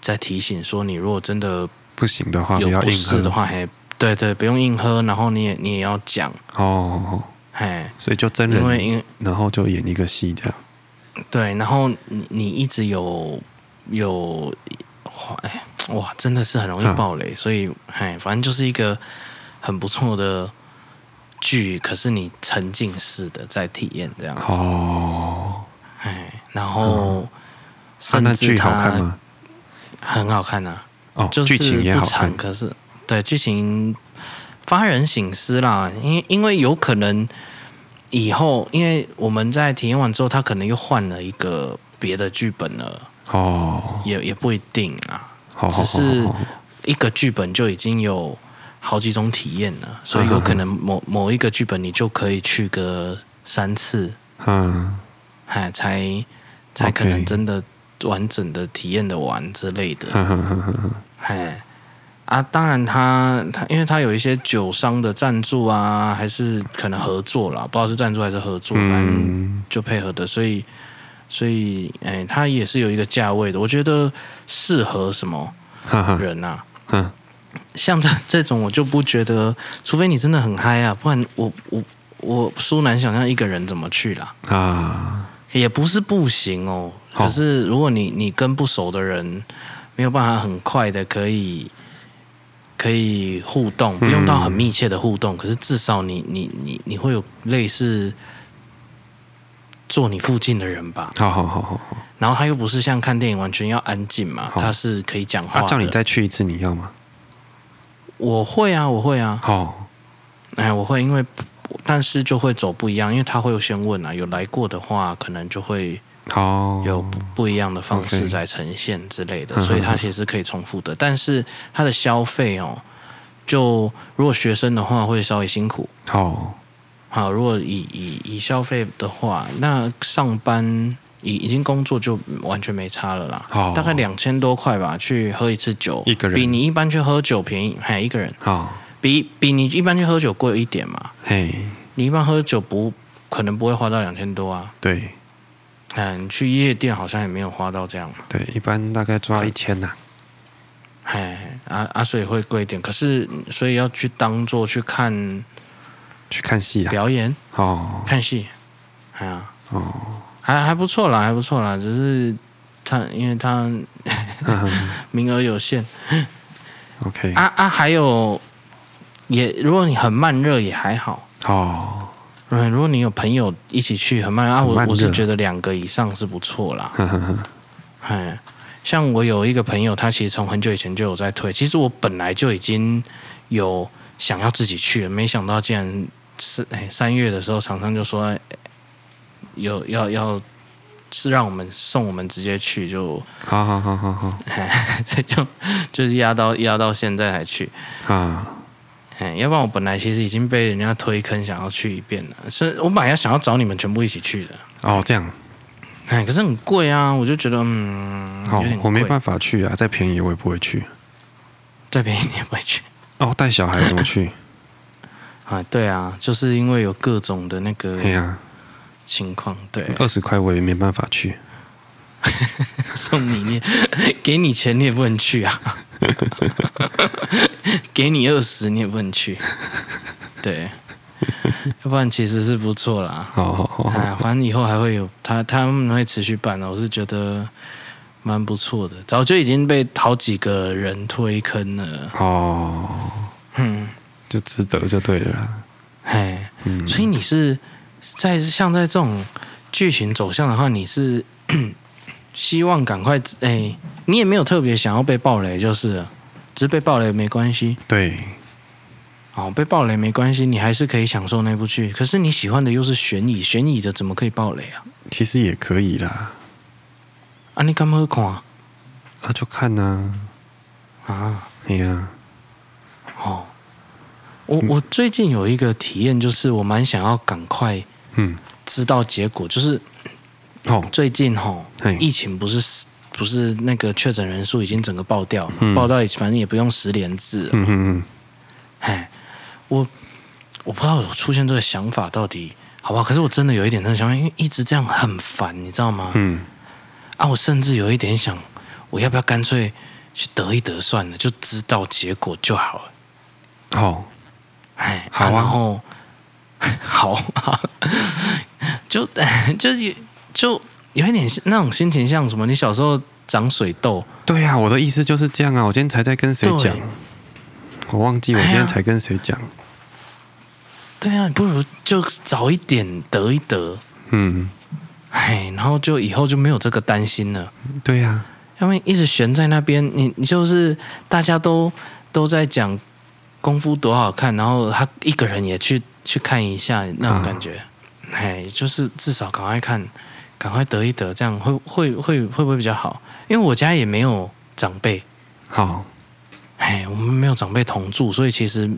在提醒说，你如果真的
不行的话
有
不啊要
不
硬喝
适的话，嘿，对对，不用硬喝，然后你也你也要讲，
哦，好好
嘿，
所以就真
因为
人，
因为
然后就演一个戏这样。
对，然后你你一直有有哇，哎哇，真的是很容易
嗯
爆雷，所以哎，反正就是一个很不错的剧，可是你沉浸式的在体验这样子，
哦，
哎，然后
啊、
甚
那
至
剧好看
它
吗？
很好看啊，
哦，
就
剧
是
情也
不
好看
长，可是对剧情发人省思啦，因因为有可能以后，因为我们在体验完之后，他可能又换了一个别的剧本了。
哦，
也也不一定啊，
好好好
只是
好好
一个剧本就已经有好几种体验了，所以有可能
嗯
某某一个剧本你就可以去个三次，
嗯，
哎，才才可
OK
能真的完整的体验的完之类的，
哼哼哼哼哼
哎。啊，当然他，他因为他有一些酒商的赞助啊，还是可能合作啦，不知道是赞助还是合作，反正
嗯，
就配合的，所以所以哎，它也是有一个价位的。我觉得适合什么
哈哈，
人啊？
嗯，
像这这种我就不觉得，除非你真的很嗨啊，不然我我我殊难想象一个人怎么去啦。
啊，
也不是不行哦，
好
可是如果你你跟不熟的人没有办法很快的可以。可以互动，不用到
嗯
很密切的互动，可是至少你你你你会有类似做你附近的人吧。
好好好好好，
然后他又不是像看电影完全要安静嘛，
好
他是可以讲话
啊，
的。
叫你再去一次，你要吗？
我会啊，我会啊，
好，
哎，我会，因为但是就会走不一样，因为他会先问啊，有来过的话，可能就会
好，
有不不一样的方
哦 OK
式在呈现之类的，
嗯
所以
嗯
它
嗯
其实可以重复的，但是它的消费哦，就如果学生的话会稍微辛苦。
好，
好，如果以以以消费的话，那上班已已经工作就完全没差了啦，
好，
大概两千多块吧，去喝一次酒，
哦一个人
比你一般去喝酒便宜，还一个人
好，
比比你一般去喝酒贵一点嘛，
嘿，
你一般喝酒不可能不会花到两千多啊，
对
嗯，你去夜店好像也没有花到这样，
对，一般大概抓一千呐，
哎，啊啊，所以会贵一点，可是所以要去当做去看
去看戏啊，
表演、
哦
看戏，哎呀、
哦，
还还不错啦，还不错啦，只是他因 为他
嗯
名额有限
，OK，
啊啊，还有也如果你很慢热也还好，
哦，
嗯，如果你有朋友一起去很慢热啊，
很慢热
我我是觉得两个以上是不错啦，
呵呵呵，
哎。像我有一个朋友，他其实从很久以前就有在推。其实我本来就已经有想要自己去了，没想到竟然是哎三月的时候，厂商就说哎有要要是让我们送我们直接去，就
好好好好好，
所以就就是压到压到现在才去。
啊，
哎，要不然我本来其实已经被人家推坑，想要去一遍了。所以我本来想要找你们全部一起去的，
哦，这样，
哎，可是很贵啊，我就觉得嗯，
好
有点，
我没
贵
办法去啊，再便宜我也不会去。
再便宜你也不会去
哦，带小孩怎么去？
啊。对啊，就是因为有各种的那个
嘿哎呀，
情况，对，
二十块我也没办法去。
送你你也给你钱你也不能去啊， 给你二十你也不能去，对，要不然其实是不错啦。
好好好好，
哎，反正以后还会有他他们会持续办啊的，我是觉得蛮不错的。早就已经被好几个人推坑了，
哦，
嗯，
就值得就对了啦。
哎，
嗯，
所以你是在像在这种剧情走向的话，你是 希望赶快哎，你也没有特别想要被暴雷，就是了只是被暴雷没关系
对，
哦，被暴雷没关系，你还是可以享受那部剧。可是你喜欢的又是悬疑，悬疑的怎么可以暴雷啊？
其实也可以啦，
啊，你干嘛看啊？
啊，就看呐、
啊
哎呀，
哦，我我最近有一个体验，就是我蛮想要赶快
嗯，
知道结果，就是
哦，
最近哈、
嘿，
疫情不是不是那个确诊人数已经整个爆掉嘛，
嗯
爆到反正也不用十连制了，
嗯嗯
哎、我我不知道我出现这个想法到底好不好，可是我真的有一点这个想法，因为一直这样很烦，你知道吗？
嗯
啊，我甚至有一点想，我要不要干脆去得一得算了，就知道结果就好了。
嗯，哦，
哎，
好啊
然后好啊， 就 就是有就有一点像那种心情，像什么？你小时候长水痘，
对呀、我的意思就是这样啊，我今天才在跟谁
对
讲，我忘记我
哎呀
今天才跟谁讲，
对啊，不如就早一点得一得，
嗯，
哎，然后就以后就没有这个担心了。
对啊呀、
要不然一直悬在那边，你你就是大家都都在讲功夫多好看，然后他一个人也去去看一下那种感觉，
嗯
哎、就是至少赶快看，赶快得一得，这样会会会会不会比较好？因为我家也没有长辈，
好，
哎，我们没有长辈同住，所以其实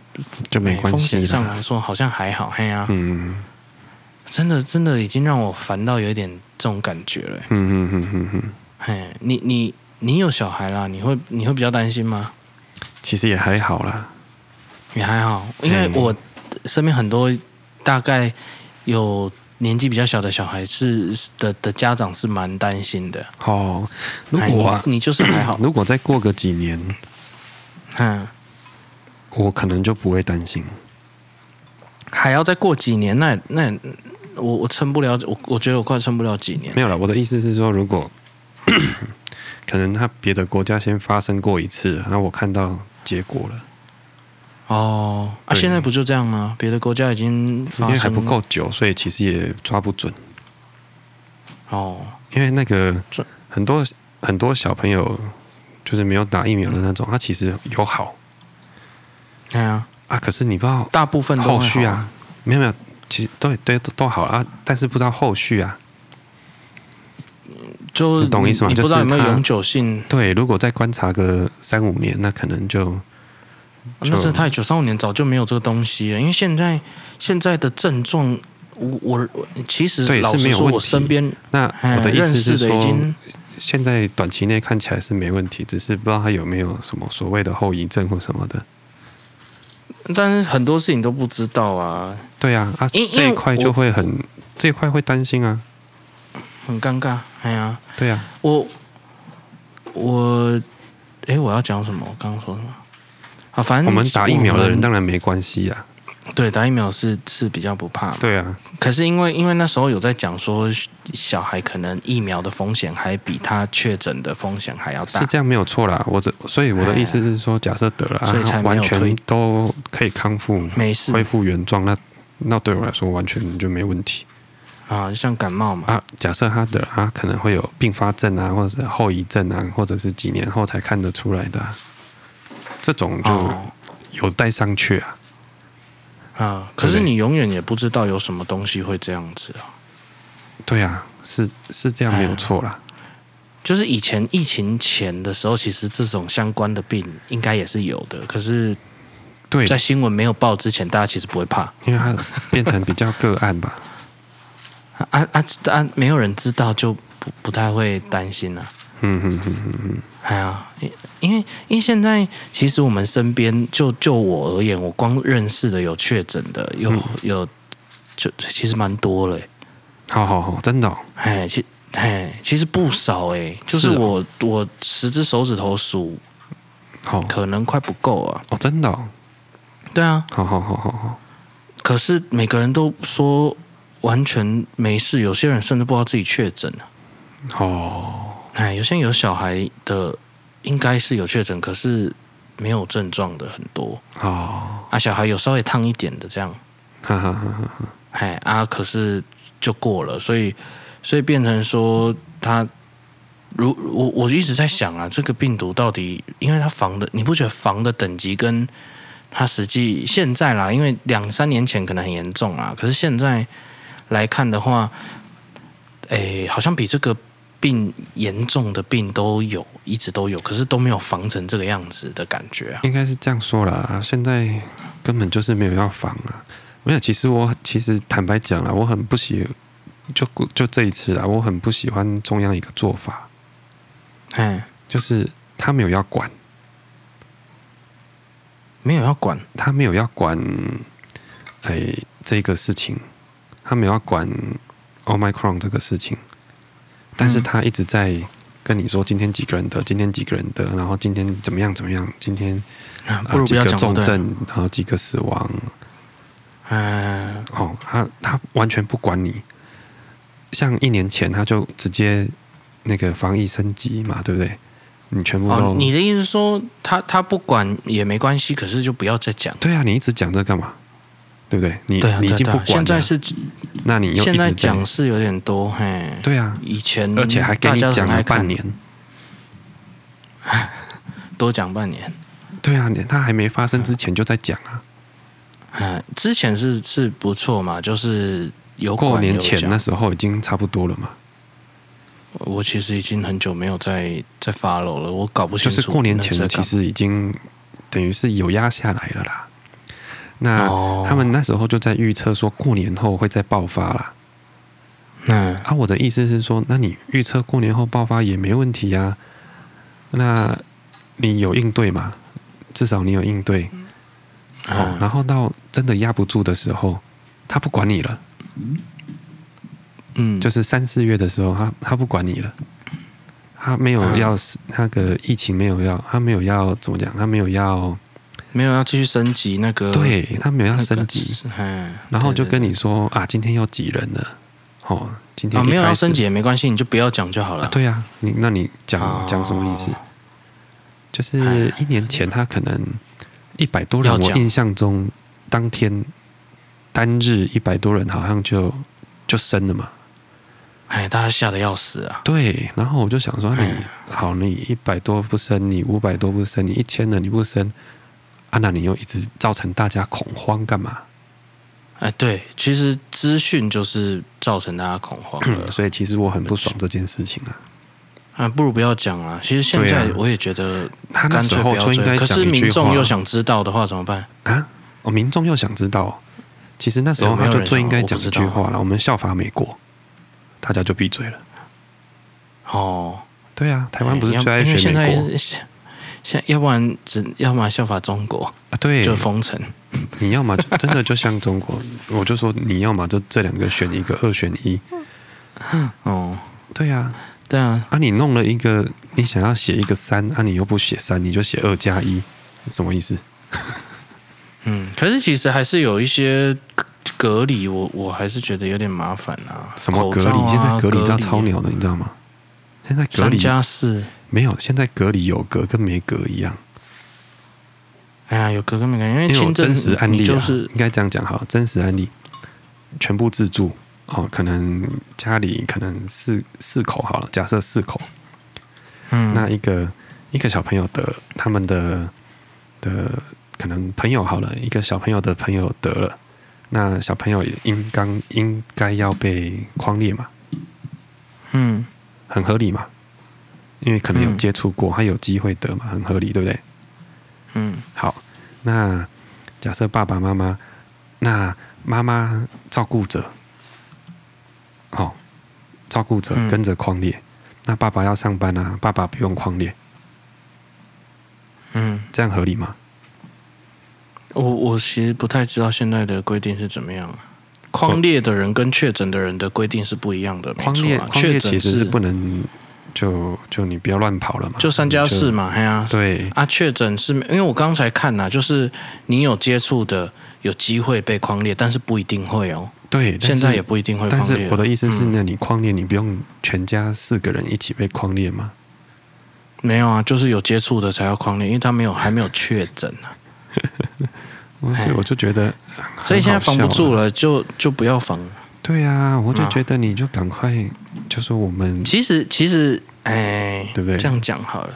就没
哎
关
风
系
险上
啦。
来说好像还好，嘿呀、
嗯
真的真的已经让我烦到有点这种感觉了
嗯，嗯嗯嗯嗯，
嘿，你你你有小孩啦，你会你会比较担心吗？
其实也还好啦。
也还好，因为
嗯
我身边很多大概有年纪比较小的小孩是的的家长是蛮担心的。
哦，如果、啊，
哎、你你就是还好
如果再过个几年，
嗯，
我可能就不会担心。
还要再过几年，那那我我撑不了，我我觉得我快撑不了几年
没。有了，我的意思是说，如果 可能他别的国家先发生过一次，然后我看到结果了，
哦，啊，
对
现在不就这样吗？别的国家已经
因
发
为还
生
不够久，所以其实也抓不准。
哦，
因为那个
这
很多很多小朋友就是没有打疫苗的那种，他其实有好
对啊，
啊，可是你不知道
大部分都会
后续
好
啊，，没有没有，其实对对都都好啊，但是不知道后续啊。
就
你懂意思吗
你不知道有没有
就是它
永久性？
对，如果再观察个三五年，那可能就
啊那真的太久，三五年早就没有这个东西了。因为现在现在的症状，我我我其实
对
老
是
实
没有
说，
问
我
题
身边
那
哎
我的意
认
思
识
是
的已
说
经，
现在短期内看起来是没问题，只是不知道他有没有什么所谓的后遗症或什么的。
但是很多事情都不知道啊，
对啊，啊
因因为
这一块
我
就会很这一块会担心啊，
很尴尬。哎呀，
对啊，
我我哎，我要讲什么？我刚刚说什么？啊，反正
我们打疫苗的人
我
当然没关系呀、
们对打疫苗是是比较不怕嘛
对啊，
可是因为因为那时候有在讲说，小孩可能疫苗的风险还比他确诊的风险还要大
是，这样没有错啦。我这所以我的意思是说，假设得了、啊，
哎所以才没
完
有
全
推
都可以康复，
没事
恢复原状，那那对我来说完全就没问题
啊，就像感冒嘛，
啊。假设他得了啊，可能会有并发症啊，或者是后遗症啊，或者是几年后才看得出来的啊、这种就
哦
有待商榷啊。
啊，可是你永远也不知道有什么东西会这样子啊。
对啊，是是这样没有错啦。
就是以前疫情前的时候，其实这种相关的病应该也是有的，可是，
对，
在新闻没有报之前，大家其实不会怕
因为它变成比较个案吧。
啊啊啊啊！没有人知道就不不太会担心了、啊。
嗯嗯嗯嗯嗯，
哎呀，因因为因为现在其实我们身边，就就我而言，我光认识的有确诊的，有、
嗯
有就其实蛮多了欸，
好好好，真的哦、
哎，其哎其实不少哎，就是
是哦
我我十只手指头数，
好
可能快不够啊。
哦，真的、哦，
对啊，
好好好好好，
可是每个人都说完全没事，有些人甚至不知道自己确诊啊了。
哦，
哎，有些人有小孩的应该是有确诊，可是没有症状的很多
哦，
啊。小孩有稍微烫一点的这样。
哈哈哈哈哈，
哎啊，可是就过了，所以所以变成说他，如我我一直在想啊，这个病毒到底，因为它防的，你不觉得防的等级跟它实际现在啦，因为两三年前可能很严重啦，可是现在来看的话，诶，好像比这个病严重的病都有，一直都有，可是都没有防成这个样子的感觉啊。
应该是这样说啦。现在根本就是没有要防啊，没有。其实我其实坦白讲啦，我很不喜，就就这一次啦，我很不喜欢中央一个做法，嗯
哎，
就是他没有要管，
没有要管，
他没有要管，哎、这个事情，他没有要管 Omicron 这个事情，但是
嗯
他一直在跟你说今天几个人得，今天几个人得，然后今天怎么样怎么样，今天
啊
啊
不如
几
不要
个
讲
重
就对了。
症，然后几个死亡，
嗯，
哦，他他完全不管你。像一年前他就直接那个防疫升级嘛，对不对？你全部都、
哦，你的意思是说他他不管也没关系，可是就不要再讲。
对啊，你一直讲这干嘛？对不对？你
对啊，
你已
对啊
经
对
不
啊
管了，
现在是
那你又一
现
直
在
在
讲是有点多，嘿，
对啊，
以前
而且还给
大
你
家都
讲
很
了
爱看
半，年。
多讲半年。
对啊，你他还没发生之前就在讲啊。
嗯，之前是是不错嘛，就是有管
过年
有
前那
讲
时候已经差不多了嘛，
我其实已经很久没有再再 follow 了，我搞不
就是
清楚那在干嘛。
过年前其实已经等于是有压下来了啦。那、
哦，
他们那时候就在预测说过年后会再爆发啦。
嗯
啊，我的意思是说，那你预测过年后爆发也没问题啊。那你有应对嘛？至少你有应对。哦，
嗯
然后到真的压不住的时候，他不管你了。
嗯，
就是三四月的时候，他他不管你了，他没有
嗯
要、那个疫情没有要，他没有要怎么讲，他没有要，
没有要继续升级那个
对他没有
那
要
个
升级，，
嗯，
然后
对
就
对
跟
对
你说啊，今天要几人了，哦，今天
啊
一
没有要
开始
升级也没关系，你就不要讲就好了
啊，。对啊，你那你
哦哎
讲讲什么意思？就是一年前他可能一百多人，
要
我
讲
印象中当天单日一百多人好像就就升了嘛，
哎、哎，大家吓得要死啊！
对，然后我就想说，你
哎
好，你一百多不升，你五百多不升，你一千的你不升，啊，那你又一直造成大家恐慌干嘛？
哎，对，其实资讯就是造成大家恐慌 的，
呃所以其实我很不爽这件事情啊。
啊，不如不要讲啊。其实现在
对啊
我也觉得
他那
干
时
脆
候
不
就
要
应
追，
该
可
讲
是
一
民
句
众
话
又想知道的话怎么办？
啊，哦，民众又想知道，其实那时候
有没
他
有
就
人
最
想
应该
我不
讲
知
一句
道
话了，我们效法美国，大家就闭嘴了。
哦，
对啊，台湾不是
哎
最爱
因为
学
现在
美国
现在要不然只要么效法中国，
啊？对，
就封城。
你要么就真的就像中国，我就说你要么就这两个选一个，二选一。
哦，
对啊，
对啊，
啊，你弄了一个，你想要写一个三，啊，你又不写三，你就写二加一，什么意思？
嗯，可是其实还是有一些隔离，我我还是觉得有点麻烦啊。
什么隔
口罩
离？
啊、
现在隔离到超
离
鸟的，你知道吗？现在隔
三
离
加四。
没有，现在隔离有隔跟没隔一样。
哎呀，有隔跟没隔，因为
因为有
轻症
真实案例
你
啊，
就是
应该这样讲好，真实案例全部自住哦，可能家里可能四四口好了，假设四口，
嗯，
那一个一个小朋友得他们的的可能朋友好了，一个小朋友的朋友得了，那小朋友也应刚应该要被框列嘛，
嗯
很合理嘛，因为可能有
嗯
接触过，他有机会得嘛，很合理，对不对？
嗯
好，那假设爸爸妈妈，那妈妈照顾者，好、照顾者
嗯
跟着框列，那爸爸要上班啊，爸爸不用框列，
嗯，
这样合理吗？
我我其实不太知道现在的规定是怎么样。啊框列的人跟确诊的人的规定是不一样的，没
框列
错啊
框
确
列
诊
其实
是
是不能就就你不要乱跑了嘛，
就三加四嘛，哎呀、
就，对
啊，确诊是因为我刚才看呐、就是你有接触的，有机会被框列，但是不一定会哦。
对，但
现在
是
也不一定会
但
框
是
列。
我的意思是，
嗯
那你框列，你不用全家四个人一起被框列吗？
没有啊，就是有接触的才要框列，因为他没有还没有确诊 啊，
我所以
哎
我就觉得，
所以现在防不
了。
住了，就就不要防。
啊对啊，我就
啊
觉得你就赶快，就说我们
其实其实，哎，
对不对
这样讲好了，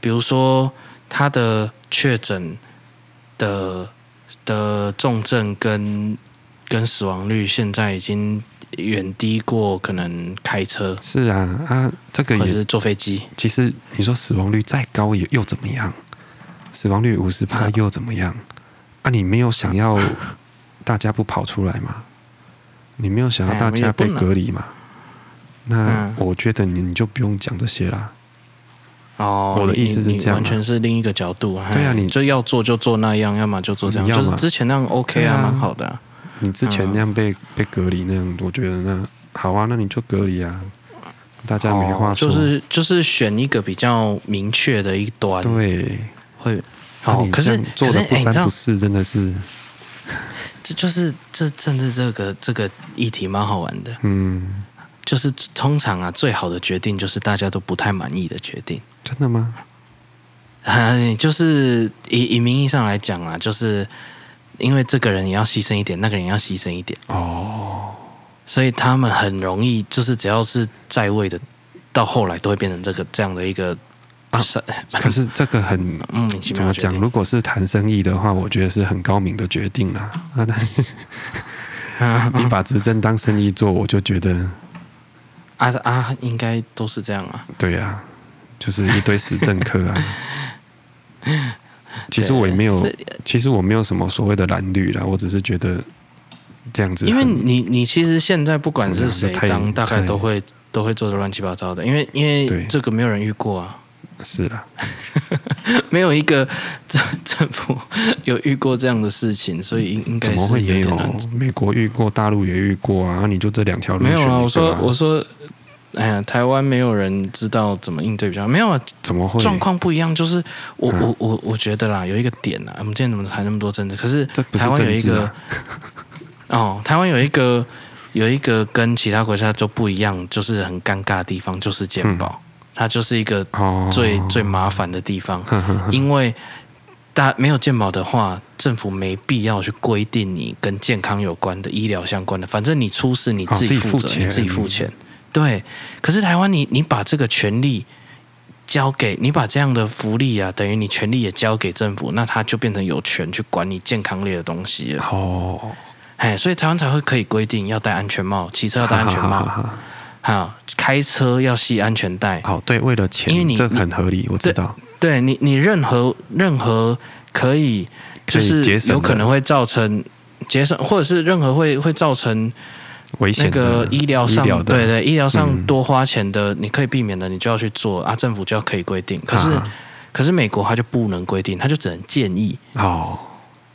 比如说他的确诊的的重症跟跟死亡率，现在已经远低过可能开车
是啊啊，这个
或者
也
是坐飞机。
其实你说死亡率再高也又怎么样？死亡率五十趴
对啊
又怎么样？啊，你没有想 要大家不跑出来吗？你没有想要
哎
大
我们
家
也不
被
能
隔离吗？那
嗯
我觉得你你就不用讲这些啦。
哦，
我的
你
意思是
你
这样啊
完全是另一个角度。
对啊
哎
你
就要做就做那样，要么就做这样，
你要
就
嘛
是之前那样 OK
对啊
啊，蛮好的啊。
你之前
嗯
那样被、被隔离那样，我觉得那好啊，那你就隔离啊，大家没话
哦
说。
就是就是选一个比较明确的一端，
对，
会。
啊
哦
你，
可
这
是
样做的
可是
不
哎你
三
知道
不四，真的是。
这就是这政治这个这个议题蛮好玩的，
嗯，
就是通常啊，最好的决定就是大家都不太满意的决定。
真的吗？
哎，就是以以名义上来讲啊，就是因为这个人也要牺牲一点，那个人也要牺牲一点，
哦，
所以他们很容易就是只要是在位的，到后来都会变成这个这样的一个
啊
是 嗯
可是这个很
莫名其
怎
妙
么
的决
讲？
定。
如果是谈生意的话，我觉得是很高明的决定啦。啊，但是 你把执政当生意做，我就觉得
啊啊，应该都是这样啊。
对啊，就是一堆死政客啊。其实我也没有
对，
其实我没有什么所谓的蓝绿啦，我只是觉得这样子很，
因为你你其实现在不管是谁
怎么样
当，
这
大
太
概都会都会做的乱七八糟的，因为因为
对
这个没有人遇过啊，
是啦，
没有一个政 政府有遇过这样的事情，所以应应
怎
该
么
是
会没
点
有
难。？
美国遇过，大陆也遇过啊，啊你就这两条路
没有
选一
啊，我
个
说
啊
我说，哎呀，台湾没有人知道怎么应对比较好没有啊，
怎么会
状况不一样，就是我、
嗯
我我我觉得啦，有一个点啊，我们今天怎么谈那么多政治？可是
这不是
台湾有
政
一
治
个、
啊
哦，台湾有一个有一个跟其他国家就不一样，就是很尴尬的地方，就是健保，它就是一个
嗯哦，
最、最麻烦的地方，
哼哼哼
因为大没有健保的话，政府没必要去规定你跟健康有关的医疗相关的，反正你出事你
哦
自
自
己
己
负
付
责，你
钱
自己付钱。对，可是台湾你你把这个权利交给你把这样的福利啊，等于你权利也交给政府，那他就变成有权去管你健康类的东西了。
哦，
哎，所以台湾才会可以规定要戴安全帽，骑车要戴安全
好
帽，
好好
哈，开车要系安全带。
好，哦对，为了钱，
因为你
这很合理，我知道。
对你，你任何任何可以
可
就
以
是
节省的
有可能会造成节省，或者是任何会会造成
危险
那
的
个医疗上
医疗的
对对医疗上
嗯
多花钱的，你可以避免的，你就要去做啊，政府就要可以规定。可是、
啊
可是美国它就不能规定，它就只能建议。
哦，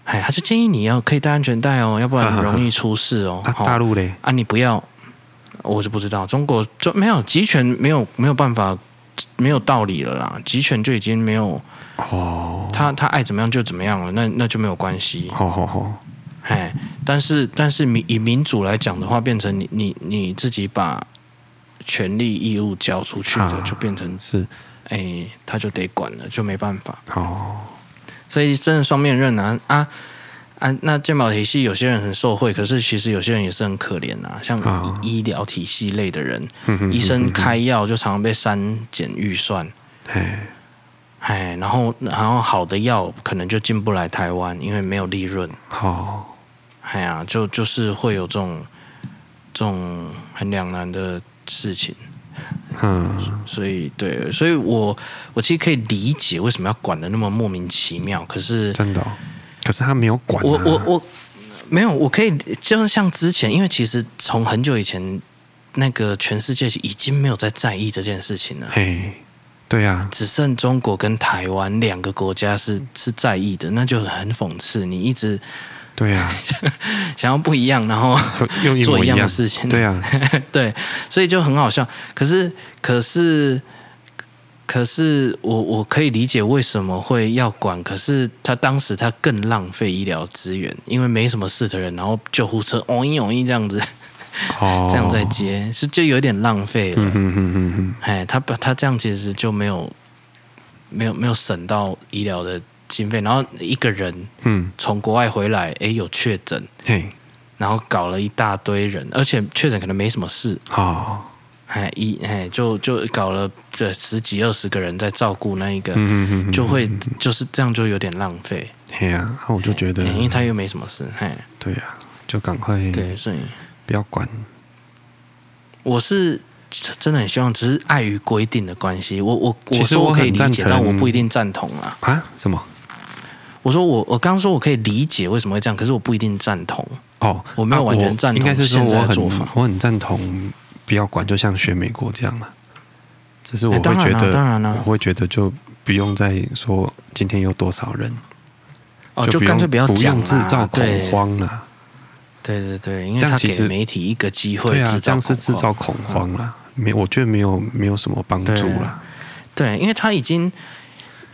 哎，他就建议你要可以戴安全带哦，要不然
啊
很容易出事哦。
啊，
吼
大陆嘞，
啊，你不要，我就不知道，中国就没有集权，没有没有办法，没有道理了啦，集权就已经没有。
哦，
他他爱怎么样就怎么样了，那那就没有关系，
好好好，
哎，但是但是民以民主来讲的话，变成你你你自己把权利义务交出去的
啊，
就变成
是
哎，他就得管了，就没办法，
哦，
所以真的双面刃啊啊啊！那健保体系有些人很受惠，可是其实有些人也是很可怜啊，像
啊
医医疗体系类的人，
哼哼
医生
哼哼
开药就常常被删减预算，
哎，
哎，然后然后好的药可能就进不来台湾，因为没有利润。
好，
哎呀，就就是会有这种这种很两难的事情，
嗯，
所以对，所以我我其实可以理解为什么要管的那么莫名其妙。可是
真的哦，可是他没有管啊，
我我我没有，我可以就是像之前，因为其实从很久以前，那个全世界已经没有在在意这件事情了。
嘿，对啊呀，
只剩中国跟台湾两个国家
嗯
是是在意的，那就很讽刺。你一直
对 呀，
想要不一样，然后
用一
做
模
一
一
样的
样，
事情，
对啊呀，
对，所以就很好笑。可是，可是，可是我我可以理解为什么会要管。可是他当时他更浪费医疗资源，因为没什么事的人，然后救护车嗡一哦嗡一这样子，
哦，
这样在接，是就有点浪费
嗯
了。
哼哼哼哼，
哎、他把他这样其实就没有没有没有省到医疗的经费，然后一个人
嗯，
从国外回来，哎，有确诊。
嘿，
然后搞了一大堆人，而且确诊可能没什么事，
好，
哎一哎就就搞了这十几二十个人在照顾那一个，
嗯哼哼哼，
就会就是这样就有点浪费，
嘿呀，啊我就觉得
哎，因为他又没什么事，哎，
对呀，就赶快
对，所以
不要管，
我是真的很希望，只是碍于规定的关系，我我
其
我
实
说
我
可以
很
理
赞
解，
成
但我不一定赞同啊。
啊？什么？
我说我我刚说我可以理解为什么会这样，可是我不一定赞同。
哦，
我没有
啊
完全赞同
应该是说
现在
我
的
很
做法
我很赞同不要管，就像学美国这样嘛。只是我
哎
会
当
觉
然啦
得，
当然啦啊
我会觉得就不用再说今天有多少人，
哦，就
不用
干脆不要
不
讲
用
啦
制造恐。慌了。
对对对对，因为
这样
他
其
给
实
媒体一个机会
对啊这
制，造
样
恐
是制
慌嗯
造恐慌啦，没，我觉得没有没有什么帮助
对
啦。
对，因为他已经，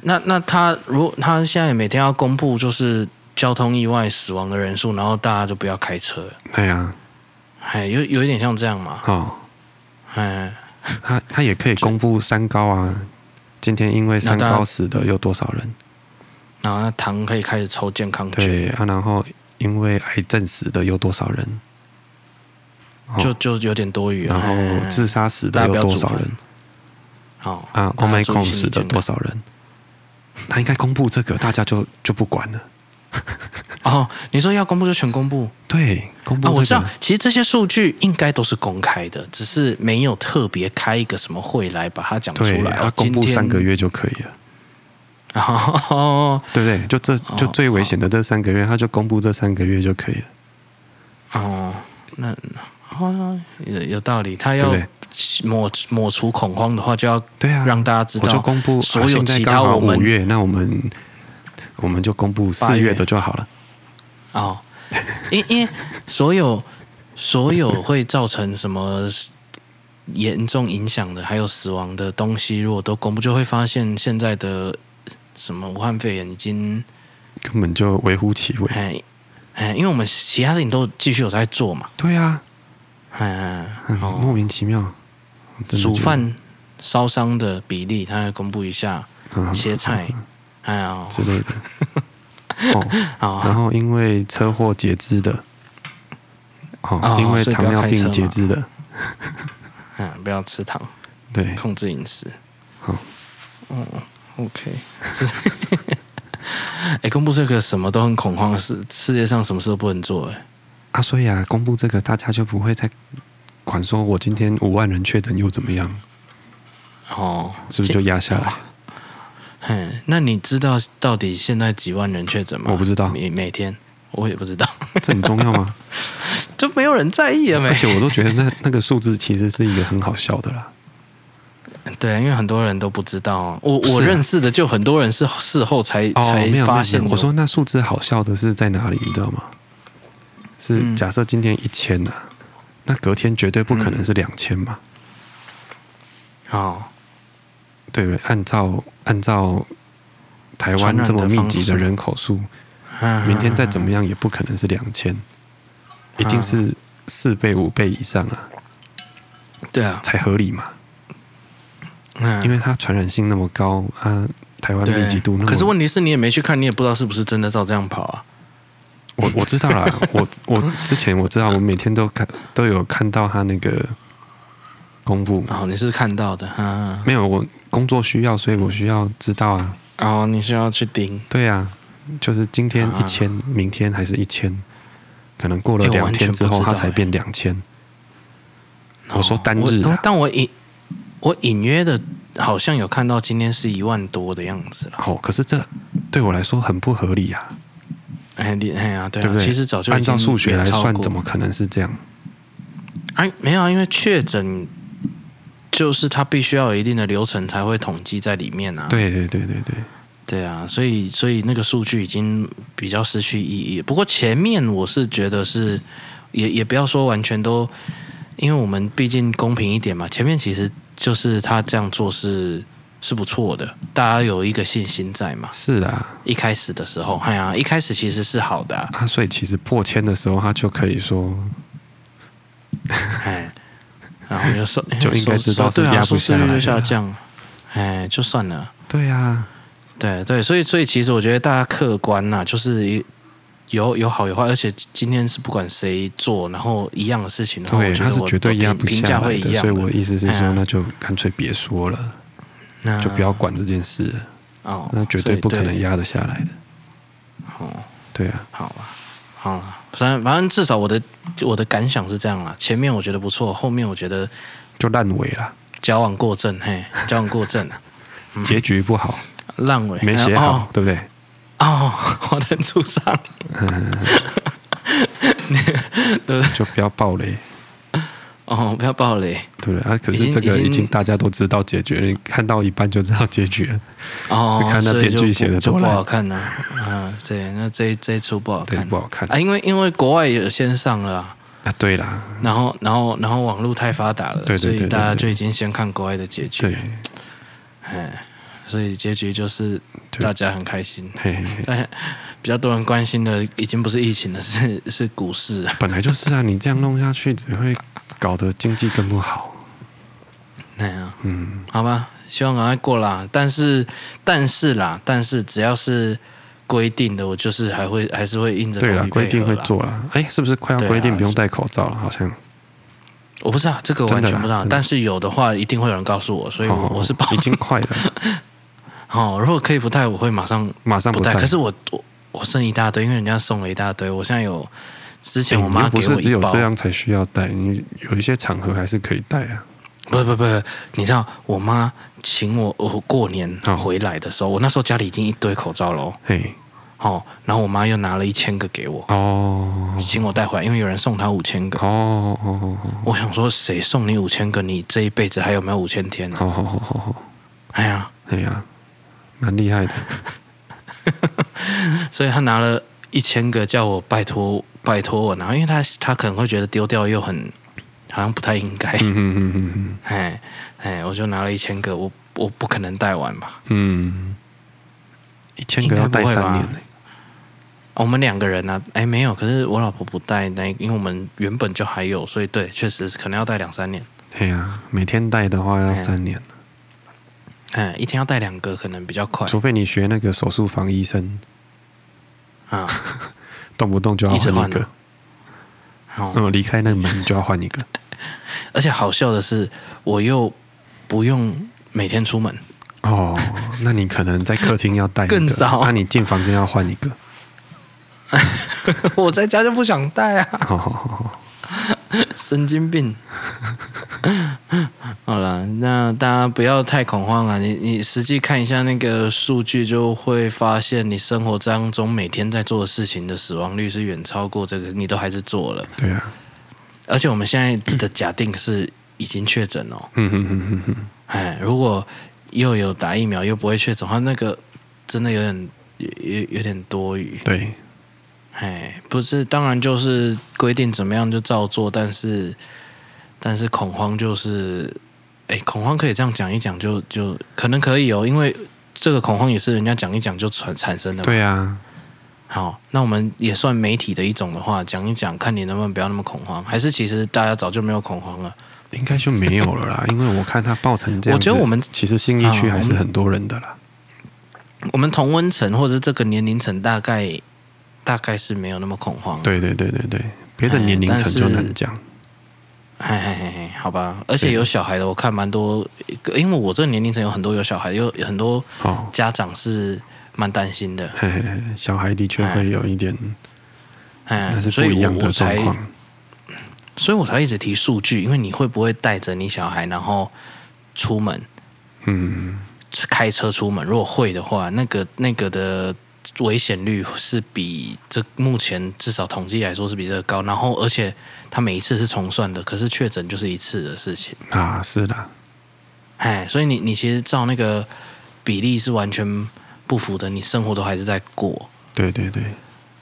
那那他如果他现在每天要公布就是交通意外死亡的人数，然后大家就不要开车了，
对呀，
哎，有有一点像这样嘛，
哦，
哎，
他他也可以公布三高啊，今天因为三
那大
高
家
死的有多少人？
然后那糖可以开始抽健康券，
对啊，然后因为癌症死的有多少人？哦
就就有点多余了，
然
哎
后自杀死
大
的
家不
有
要
多
煮
少
饭
人
好
啊
大家注意
？Omicron
心理
死的
健
多少人？他应该公布这个，大家就就不管了。
康哦，你说要公布就全公布
对，公
啊，我
布
知
这
道
个，
其实这些数据应该都是公开的，只是没有特别开一个什么会来把它讲出
对，
来，
他
哦
公布三个，
今
月就可以了，
天 哦
对不对？就这就
哦
最危险的这三个月，他就公布这三个月就可以了，
哦，那哦有有道理，他
对
要
不对？
抹抹除恐慌的话，就要
对啊，
让大家知
我就
道。
公布
所
啊
有
现在
其他
刚好
我们
五月，那我们我们就公布
八
四
月
月的就好了。
哦，因 因为所有所有会造成什么严重影响的，还有死亡的东西，如果都公布，就会发现现在的什么武汉肺炎已经
根本就微乎其微。
哎哎，因为我们其他事情都继续有在做嘛，
对啊，
哎哎哎
嗯莫
哦，
名其妙。真的
煮
觉得
饭烧伤的比例，他要公布一下，
嗯
切菜，哎呀，
之类的。 哦，
好
然后因为车祸截肢的，哦，
哦
因为
所以不
糖尿
要开车
病
嘛
截肢的，
啊，不要吃糖，
对，
控制饮食。
好，
嗯，OK。哎、公布这个什么都很恐慌的事，世界上什么事都不能做、哎，
啊，所以啊，公布这个，大家就不会再管说我今天五万人确诊又怎么样，
哦，
是不是就压下来？
嗯，那你知道到底现在几万人确诊吗？
我不知道
每每天我也不知道，
这很重要吗？
就没有人在意啊，没
而且我都觉得那那个数字其实是一个很好笑的啦。
对，因为很多人都不知道啊、我
是啊
我认识的就很多人是事后才、
哦，没有
才
没有，
发现
没
有。
有我说那数字好笑的是在哪里，你知道吗？是
嗯
假设今天一千呐，那隔天绝对不可
嗯
能是两千嘛，
哦，
对不对？按照按照台
传
湾
染
这么
的
密
方
集
式
的人口数，
嗯
明天再怎么样也不可能是两千，
啊
一定是四倍五倍以上啊，
对啊，
才合理嘛。
嗯
因为它传染性那么高啊，台湾密集度那么，
对，可是问题是你也没去看，你也不知道是不是真的照这样跑啊。
我我知道 啦，我我之前我知道，我每天都看都有看到他那个公布嘛，
哦，你是看到的啊，
没有我工作需要，所以我需要知道啊，
哦，你需要去盯。
对啊，就是今天
啊
一千，明天还是一千，可能过了
哎我
两
完
天
全
之
不
后，
知
它
道
才
哎
变两千。我说
哦
单日
我
啊
但我隐我隐约的好像有看到今天是一万多的样子了。
好、可是这对我来说很不合理啊，
哎，你哎呀，对啊，
对不对？
其实早就已
按照
经
数学来
远超
算，
过啊
怎么可能是这样？
哎，没有啊，因为确诊就是它必须要有一定的流程才会统计在里面啊。
对对对对对，
对啊，所以所以那个数据已经比较失去意义。不过前面我是觉得是也也不要说完全都，因为我们毕竟公平一点嘛。前面其实就是他这样做是是不错的，大家有一个信心在嘛。
是啦，
一开始的时候，哎呀，一开始其实是好的、啊，
啊，所以其实破千的时候，他就可以说
哎，然后又收
就应该知道是
收对
压
啊，
不
收视
下
率
来的
就
啊
下降，哎，就算了。
对啊，
对对，所以所以其实我觉得大家客观呐、就是有有好有坏，而且今天是不管谁做，然后一样的事情的话，
对，
我觉
他
得
是
我
绝对
我
压
评
不
评
下
价
来
会一
的，
样
所
的，
以我意思是
哎
说，
呀
那就干脆别说了，
那
就不要管这件事了，
哦，
那绝
所
对
以
不可能压得下来的。
哦，
对啊，
好了好了，反正反正至少我的我的感想是这样啦，前面我觉得不错，后面我觉得
就烂尾了，
矫枉过正，嘿，矫枉过正，啊嗯
结局不好，
烂尾
没写好，对不对？
哎哦，哦花灯初上，
嗯 就不要暴雷，
哦，不要暴雷。
对不对？啊，可
已
是
经
这个已
已经
经大家都知道结局了，你看到一半就知道结局了，
哦，
就看那
所以
编剧
就
写得
不就
多
不
烂
好看呢、啊。嗯，对，那这一这一出不好
对，
看，
不好看
啊，因为因为国外有先上了啊、
啊。对啦，
然后然后然后网络太发达了，
对对对
所以大家
对对
就已经先看国外的结局，
对，
哎，所以结局就是
对
大家很开心。
嘿嘿嘿，
但比较多人关心的已经不是疫情了， 是是股市。
本来就是啊，你这样弄下去只会搞得经济更不好。
哎呀，
嗯，
好吧，希望赶快过啦。但是但是啦，但是只要是规定的，我就是还会还是会印着头
对啦，
皮
规定
配合
会
啦
做啦。哎，是不是快要
对啊
规定不用
是
戴口罩了？好像
我不知啊道这个完全不知
真的啦
道
真的，
但是有的话一定会有人告诉我，啊所以我
哦
我是 保
已经快了，
哦，如果可以不带，我会马上
马上
不带。
戴。
可是我我我剩一大堆，因为人家送了一大堆，我现在有之
哎
前我
你
妈
又不
给
是
我
只
一
有
包
这，样才需要戴，你有一些场合还是可以戴啊。
不不不，不你知道我妈请我我过年
哦
回来的时候，我那时候家里已经一堆口罩了哦
嘿，
哦，然后我妈又拿了一千个给我，
哦，
请我带回来，因为有人送她五千个。
哦，哦，哦，
我想说，谁送你五千个？你这一辈子还有没有五千天呢、
好好好好好，
哎呀，
哎呀，哦蛮厉害的。
所以他拿了一千个，叫我拜托拜托我拿，因为他他可能会觉得丢掉又很好像不太应该，
嗯嗯嗯嗯嗯
哎哎，我就拿了一千个，我我不可能带完吧？
嗯，一千个要戴三年欸呢、
我们两个人呢、啊，哎没有，可是我老婆不带那，因为我们原本就还有，所以对，确实是可能要带两三年，
嘿呀、每天戴的话要三年，啊
哎，一天要带两个可能比较快
除非你学那个手术房医生，
啊。
动不动就要
一直
换一
换
个
啊，好、
嗯，离开那个门就要换一个。
而且好笑的是，我又不用每天出门，
哦，那你可能在客厅要带一个啊
更少
那你进房间要换一 个。
我在家就不想带啊，
好好好好，
神经病。 好了，那大家不要太恐慌啊，你你实际看一下那个数据，就会发现你生活当中每天在做的事情的死亡率是远超过这个，你都还是做了。
对啊，
而且我们现在的假定是已经确诊哦，
嗯哼哼哼哼，
哎，如果又有打疫苗又不会确诊的话，那个真的有点有有有点多余。
对，
哎，不是，当然就是规定怎么样就照做，但是但是恐慌就是，哎，恐慌可以这样讲一讲就就可能可以哦，因为这个恐慌也是人家讲一讲就产产生的。，
对啊，
好，那我们也算媒体的一种的话，讲一讲，看你能不能不要那么恐慌，还是其实大家早就没有恐慌了。
应该就没有 了啦，因为我看他爆成这样
我
子，
觉得我们啊
其实新一区还是很多人的啦。
我们同温层或者是这个年龄层大概大概是没有那么恐慌。，
对对对对对，别的年龄层就难
哎
讲。
嘿嘿嘿嘿，好吧。而且有小孩的，我看蛮多，因为我这个年龄层有很多有小孩，有有很多
哦，
家长是蛮担心的，
嘿嘿嘿，小孩的确会有一点，那
哎，
是
所
不
以
一样
我我
的状
才，
况。
所以我才一直提数据，因为你会不会带着你小孩然后出门
嗯，
开车出门？如果会的话，那个那个的危险率是比这目前至少统计来说是比这个高，然后而且它每一次是重算的，可是确诊就是一次的事情，
啊，是啦，
哎，所以你你其实照那个比例是完全不符的，你生活都还是在过，
对对对，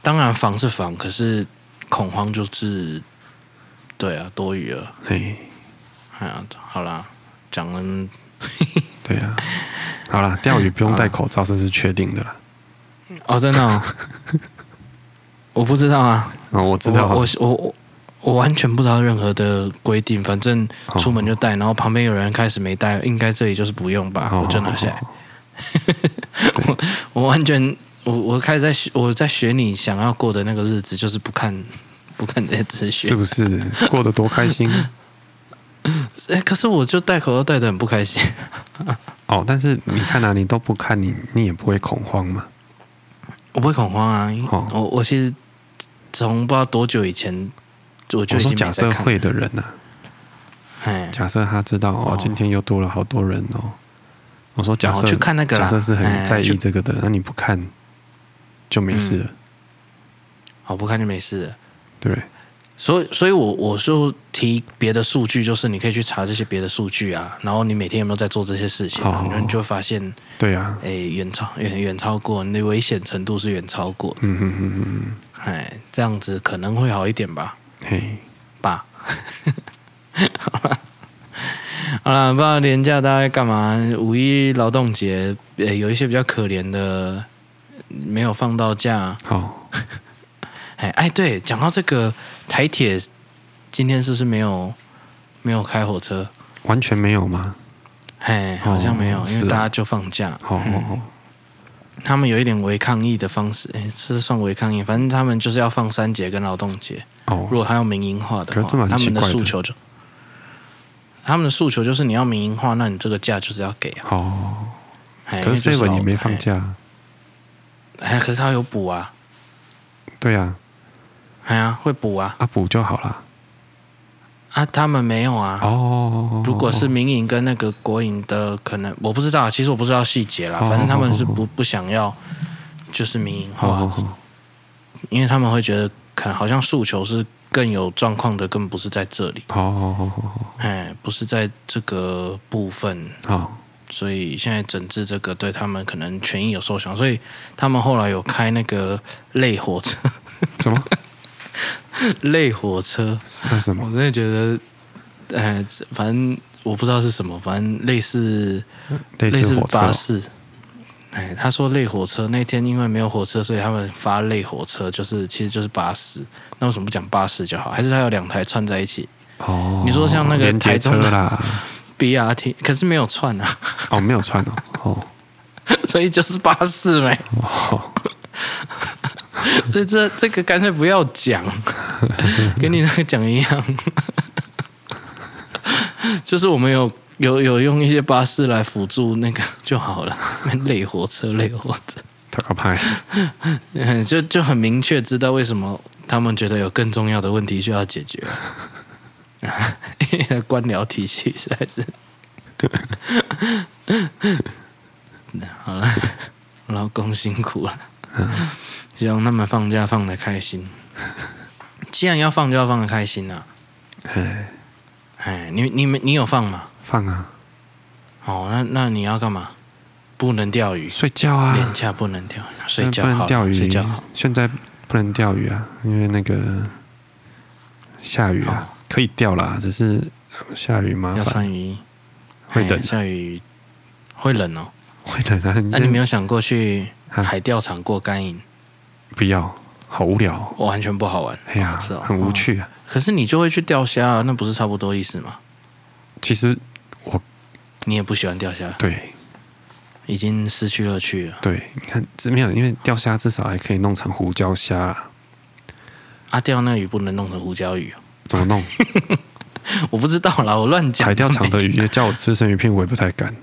当然防是防，可是恐慌就是，对啊，多余了。
嘿，
哎呀，好啦，讲了，嗯
对 啊。好啦，钓鱼不用戴口罩，这是确定的啦。
哦，真的、哦， 我不知道啊，
哦，我知道啊，
我我我我完全不知道任何的规定，反正
哦
出门就带，然后旁边有人开始没带，应该这里就是不用吧，
哦
我就拿下来。
哦
我完全，我我开始在学，我在学你想要过的那个日子，就是不看不看这些资讯
是。不是过得多开 心？
哎、可是我就戴口罩戴的很不开心。
哦，但是你看啊，你都不看你，你也不会恐慌嘛。
我不会恐慌啊，因为
哦
我我其实从不知道多久以前我就
我
已经
说
没
假
在
设
看
会的人呐、啊，
哎，
假设他知道哦
哦，
今天又多了好多人哦。我说假设、
哦去看那个啦
假设是很
哎
在意
去嗯
这个的，那你不看就没事了，
好哦不看就没事了。
对不对？
所以，所以我我就提别的数据，就是你可以去查这些别的数据啊，然后你每天有没有在做这些事情、啊，
哦
然后你就会发现，
对啊，
哎，远超远远超过你的危险程度是远超过的，
嗯哼哼哼哼，
哎，这样子可能会好一点吧。
嘿，
吧。 好了，不知道年假大家在干嘛？五一劳动节，呃，有一些比较可怜的没有放到假。
好，
哎哎，对，讲到这个台铁，今天是不是没有没有开火车？
完全没有吗？
哎，好像没有，
哦
因
是
为
啊
大家就放假。
好、哦哦，
他们有一点违抗议的方式，哎，这是算违抗议，反正他们就是要放三节跟劳动节。
哦
如果他要民营化的
可
话
是这，蛮
他
奇
们
怪的
的诉求就，他们的诉求就是你要民营化，那你这个假就是要给啊。
好、哦，
哎
可是
因为就
seven
老
也没放假，
哎，哎可是他有补啊，
对啊，
哎呀，会补啊，
啊补就好啦。
啊，他们没有啊。
哦，
如果是民营跟那个国营的，可能我不知道，其实我不知道细节啦，
哦
反正他们是
哦
不不想要，就是民营
好好
化，
好，
因为他们会觉得可能好像诉求是更有状况的，更不是在这里，
好好好好好
哎，不是在这个部分，
好，
所以现在整治这个对他们可能权益有受伤，所以他们后来有开那个类火车，
什么？
类火车，
那什
我
么？
真的觉得，呃，反正我不知道是什么，反正类似
类
类
似
似
火车
巴
哦？
士。哎，他说类火车那天因为没有火车，所以他们发类火车，就是其实就是巴士。那为什么不讲巴士就好？还是他有两台串在一起
哦，
你说像那个
连接
台中的
车啦，
？BRT 可是没有串啊，
哦，没有串哦， 哦，
所以就是巴士呗。
哦，
所以 这这个干脆不要讲，跟你那个讲一样。就是我们有有有用一些巴士来辅助那个就好了， 累火车累火车，
他可怕。
嗯 就就很明确知道为什么他们觉得有更重要的问题需要解决。 官僚体系实在是， 那好了，老公辛苦了，希望他们放假放的开心。既然要放，就要放的开心啊！
哎，
哎，你你们你有放吗？
放啊，
哦，那那你要干嘛？不能钓鱼，
睡觉啊，
廉价不能钓鱼，睡觉
不
好
能
了
钓鱼，
睡觉好。
现在不能钓鱼啊，因为那个下雨啊，可以钓啦，只是下雨麻
要
烦，
穿雨衣，
会
哎
冷啊
下雨会冷哦。
会冷啊。
那你没
有
有想过去
啊
海钓场过干瘾？
不要，好无聊哦，
完全不好玩。
哎呀
是哦，
很无趣啊。
可是你就会去钓虾啊，那不是差不多意思吗？
其实
你也不喜欢钓虾，
对
已经失去乐趣了。
对，你看这没有，因为钓虾至少还可以弄成胡椒虾啦，
啊，钓那鱼不能弄成胡椒鱼哦，
怎么弄？
我不知道啦，我乱讲。
海钓场的鱼叫我吃生鱼片，我也不太敢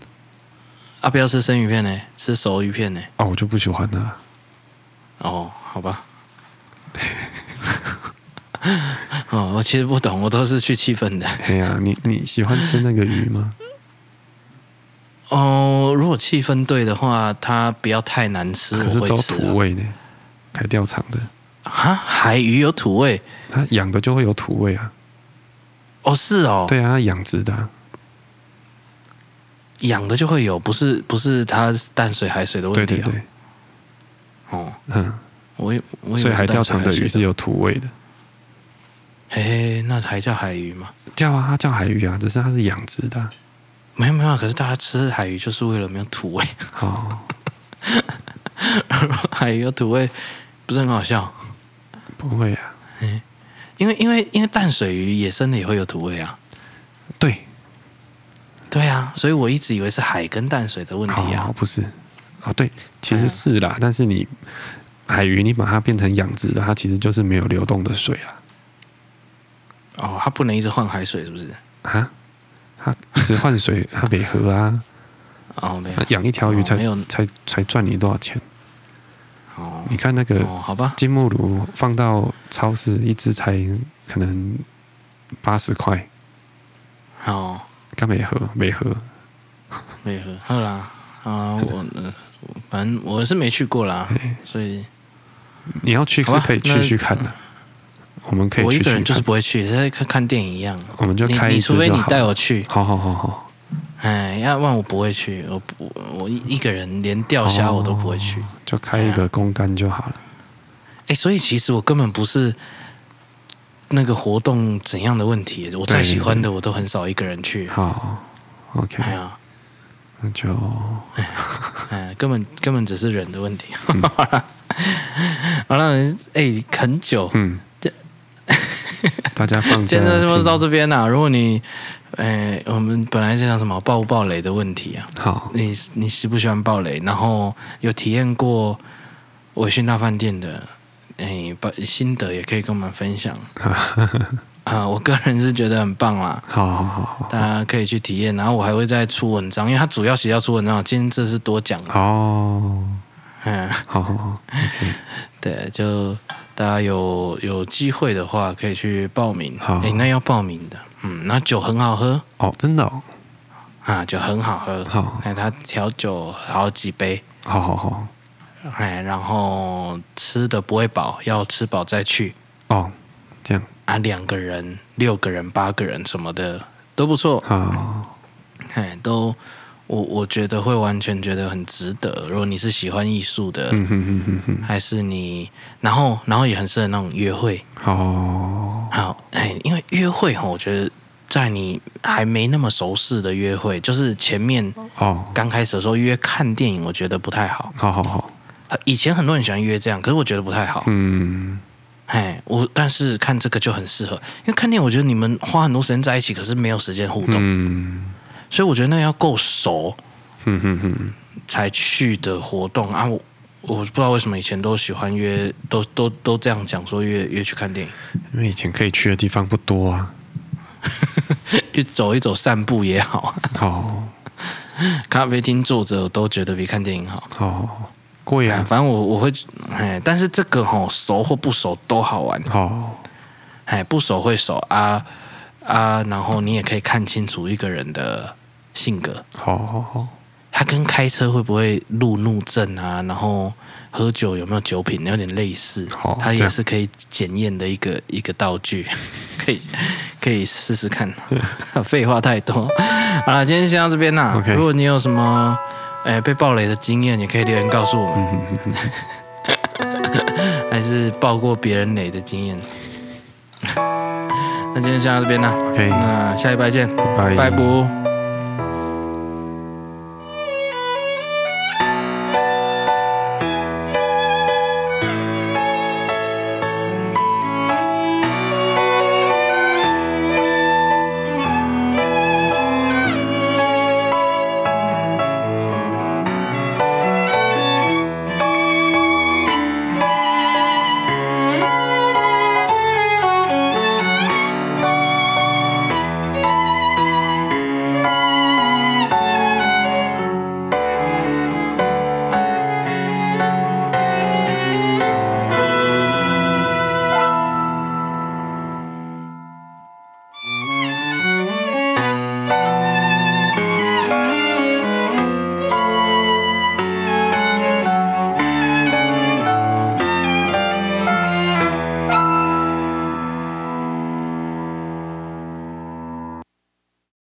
啊，不要吃生鱼片呢、吃熟鱼片呢、
哦，我就不喜欢啊。
哦，好吧。 哦，我其实不懂，我都是去气氛的。
哎呀，你你喜欢吃那个鱼 吗？
哦，如果气氛对的话，它不要太难吃，
可是
我
都
会吃
土
啊。
味呢，海钓场的，
哈，海鱼有土味？
它养的就会有土味啊。
哦，是哦，
对啊，它养殖的啊、
养的就会有，不是不是它淡水海水的
对
问题
对
啊。
对，
哦，
嗯，
我以我以
所以
为是
海钓场的
淡水
鱼
海
是
水的，
有土味的。
嘿，那还叫海鱼吗？
叫啊，它叫海鱼啊，只是它是养殖的啊、
没有没有啊，可是大家吃海鱼就是为了没有土味，
哦，
海鱼有土味不是很好笑？
不会啊，
因为因为因为淡水鱼野生的也会有土味啊。
对，
对啊，所以我一直以为是海跟淡水的问题啊哎
哦，。不是，哦，对，其实是啦，但是你海鱼你把它变成养殖的，它其实就是没有流动的水啦，
哦，它不能一直换海水，是不是？
啊，它一直换水，它没喝 啊，
哦，没有
它。养一条鱼才、
哦没有
才才赚你多少钱？
哦
你看那个
哦，好吧。
金木炉放到超市一只才可能八十块，
哦，
干没喝没喝，
没喝，喝啦。啊，我呃，我反正我是没去 过啦，所以
你要去
好
是
吧
可以
那
去去看的，我们可以
我一
去
个
去
人
看，
就是不会去，像看看电影一样。
我们就
你
开一
你
只就
除非你
好
带我去，
好好好好。
哎，要不然我不会去。我不，我一一个人连钓虾
哦
我都不会去。
就开一个公干就好了。
哎，所以其实我根本不是那个活动怎样的问题，我再
对
喜欢
对
的我都很少一个人去。
好，OK，
哎呀。
那就
哎，根本根本只是人的问题。
嗯
好了，哎、很久，
嗯，大家放假
现在是不是
听
到这边啦、如果你，哎、我们本来是讲什么爆不爆雷的问题啊，
好，
你你喜不喜欢爆雷？然后有体验过微醺大饭店的，哎、把心得也可以跟我们分享。啊、我个人是觉得很棒啦。
好好好好
大家可以去体验，然后我还会再出文章，因为它主要写要出文章，今天这是多讲了，
哦，
嗯，
好好好，
对，就大家有有机会的话，可以去报名。
好
诶那要报名的，嗯，那酒很好喝
哦，真的哦，
啊，酒很好喝。
好，
哎，他调酒好几杯，
好好好，
哎，然后吃的不会饱，要吃饱再去
哦，这样，
啊。两个人、六个人、八个人什么的都不错，
好，
哎，都我我觉得会完全觉得很值得。如果你是喜欢艺术的，
嗯哼哼哼哼，
还是你，然后然后也很适合那种约会，
好，
好，哎，因为约会哈，我觉得在你还没那么熟识的约会，就是前面
哦，
刚开始的时候约看电影，我觉得不太好。
好好好，
呃以前很多人喜欢约这样，可是我觉得不太好。
嗯，
哎，我但是看这个就很适合，因为看电影，我觉得你们花很多时间在一起，可是没有时间互动，
嗯，
所以我觉得那个要够熟
哼哼哼，
才去的活动啊。我我不知道为什么以前都喜欢约，都都都这样讲说约约去看电影。
因为以前可以去的地方不多啊，
去走一走、散步也好，
好
咖啡厅坐着我都觉得比看电影好。
好贵啊，
反正我我会，哎，但是这个吼、熟或不熟都好玩，
好
哎，不熟会熟啊啊，然后你也可以看清楚一个人的性格，
好好好，
他跟开车会不会路怒症啊，然后喝酒有没有酒品有点类似
好，
它
这
也
样
是可以检验的一个一个道具， 可以可以试试看。 废话太多，好了，今天先到这边啦。
OK
如果你有什么哎被暴雷的经验，也可以留言告诉我们， 还是爆过别人雷的经验。 那今天先到这边啦，
，OK，
那下一拜见，
拜
拜拜。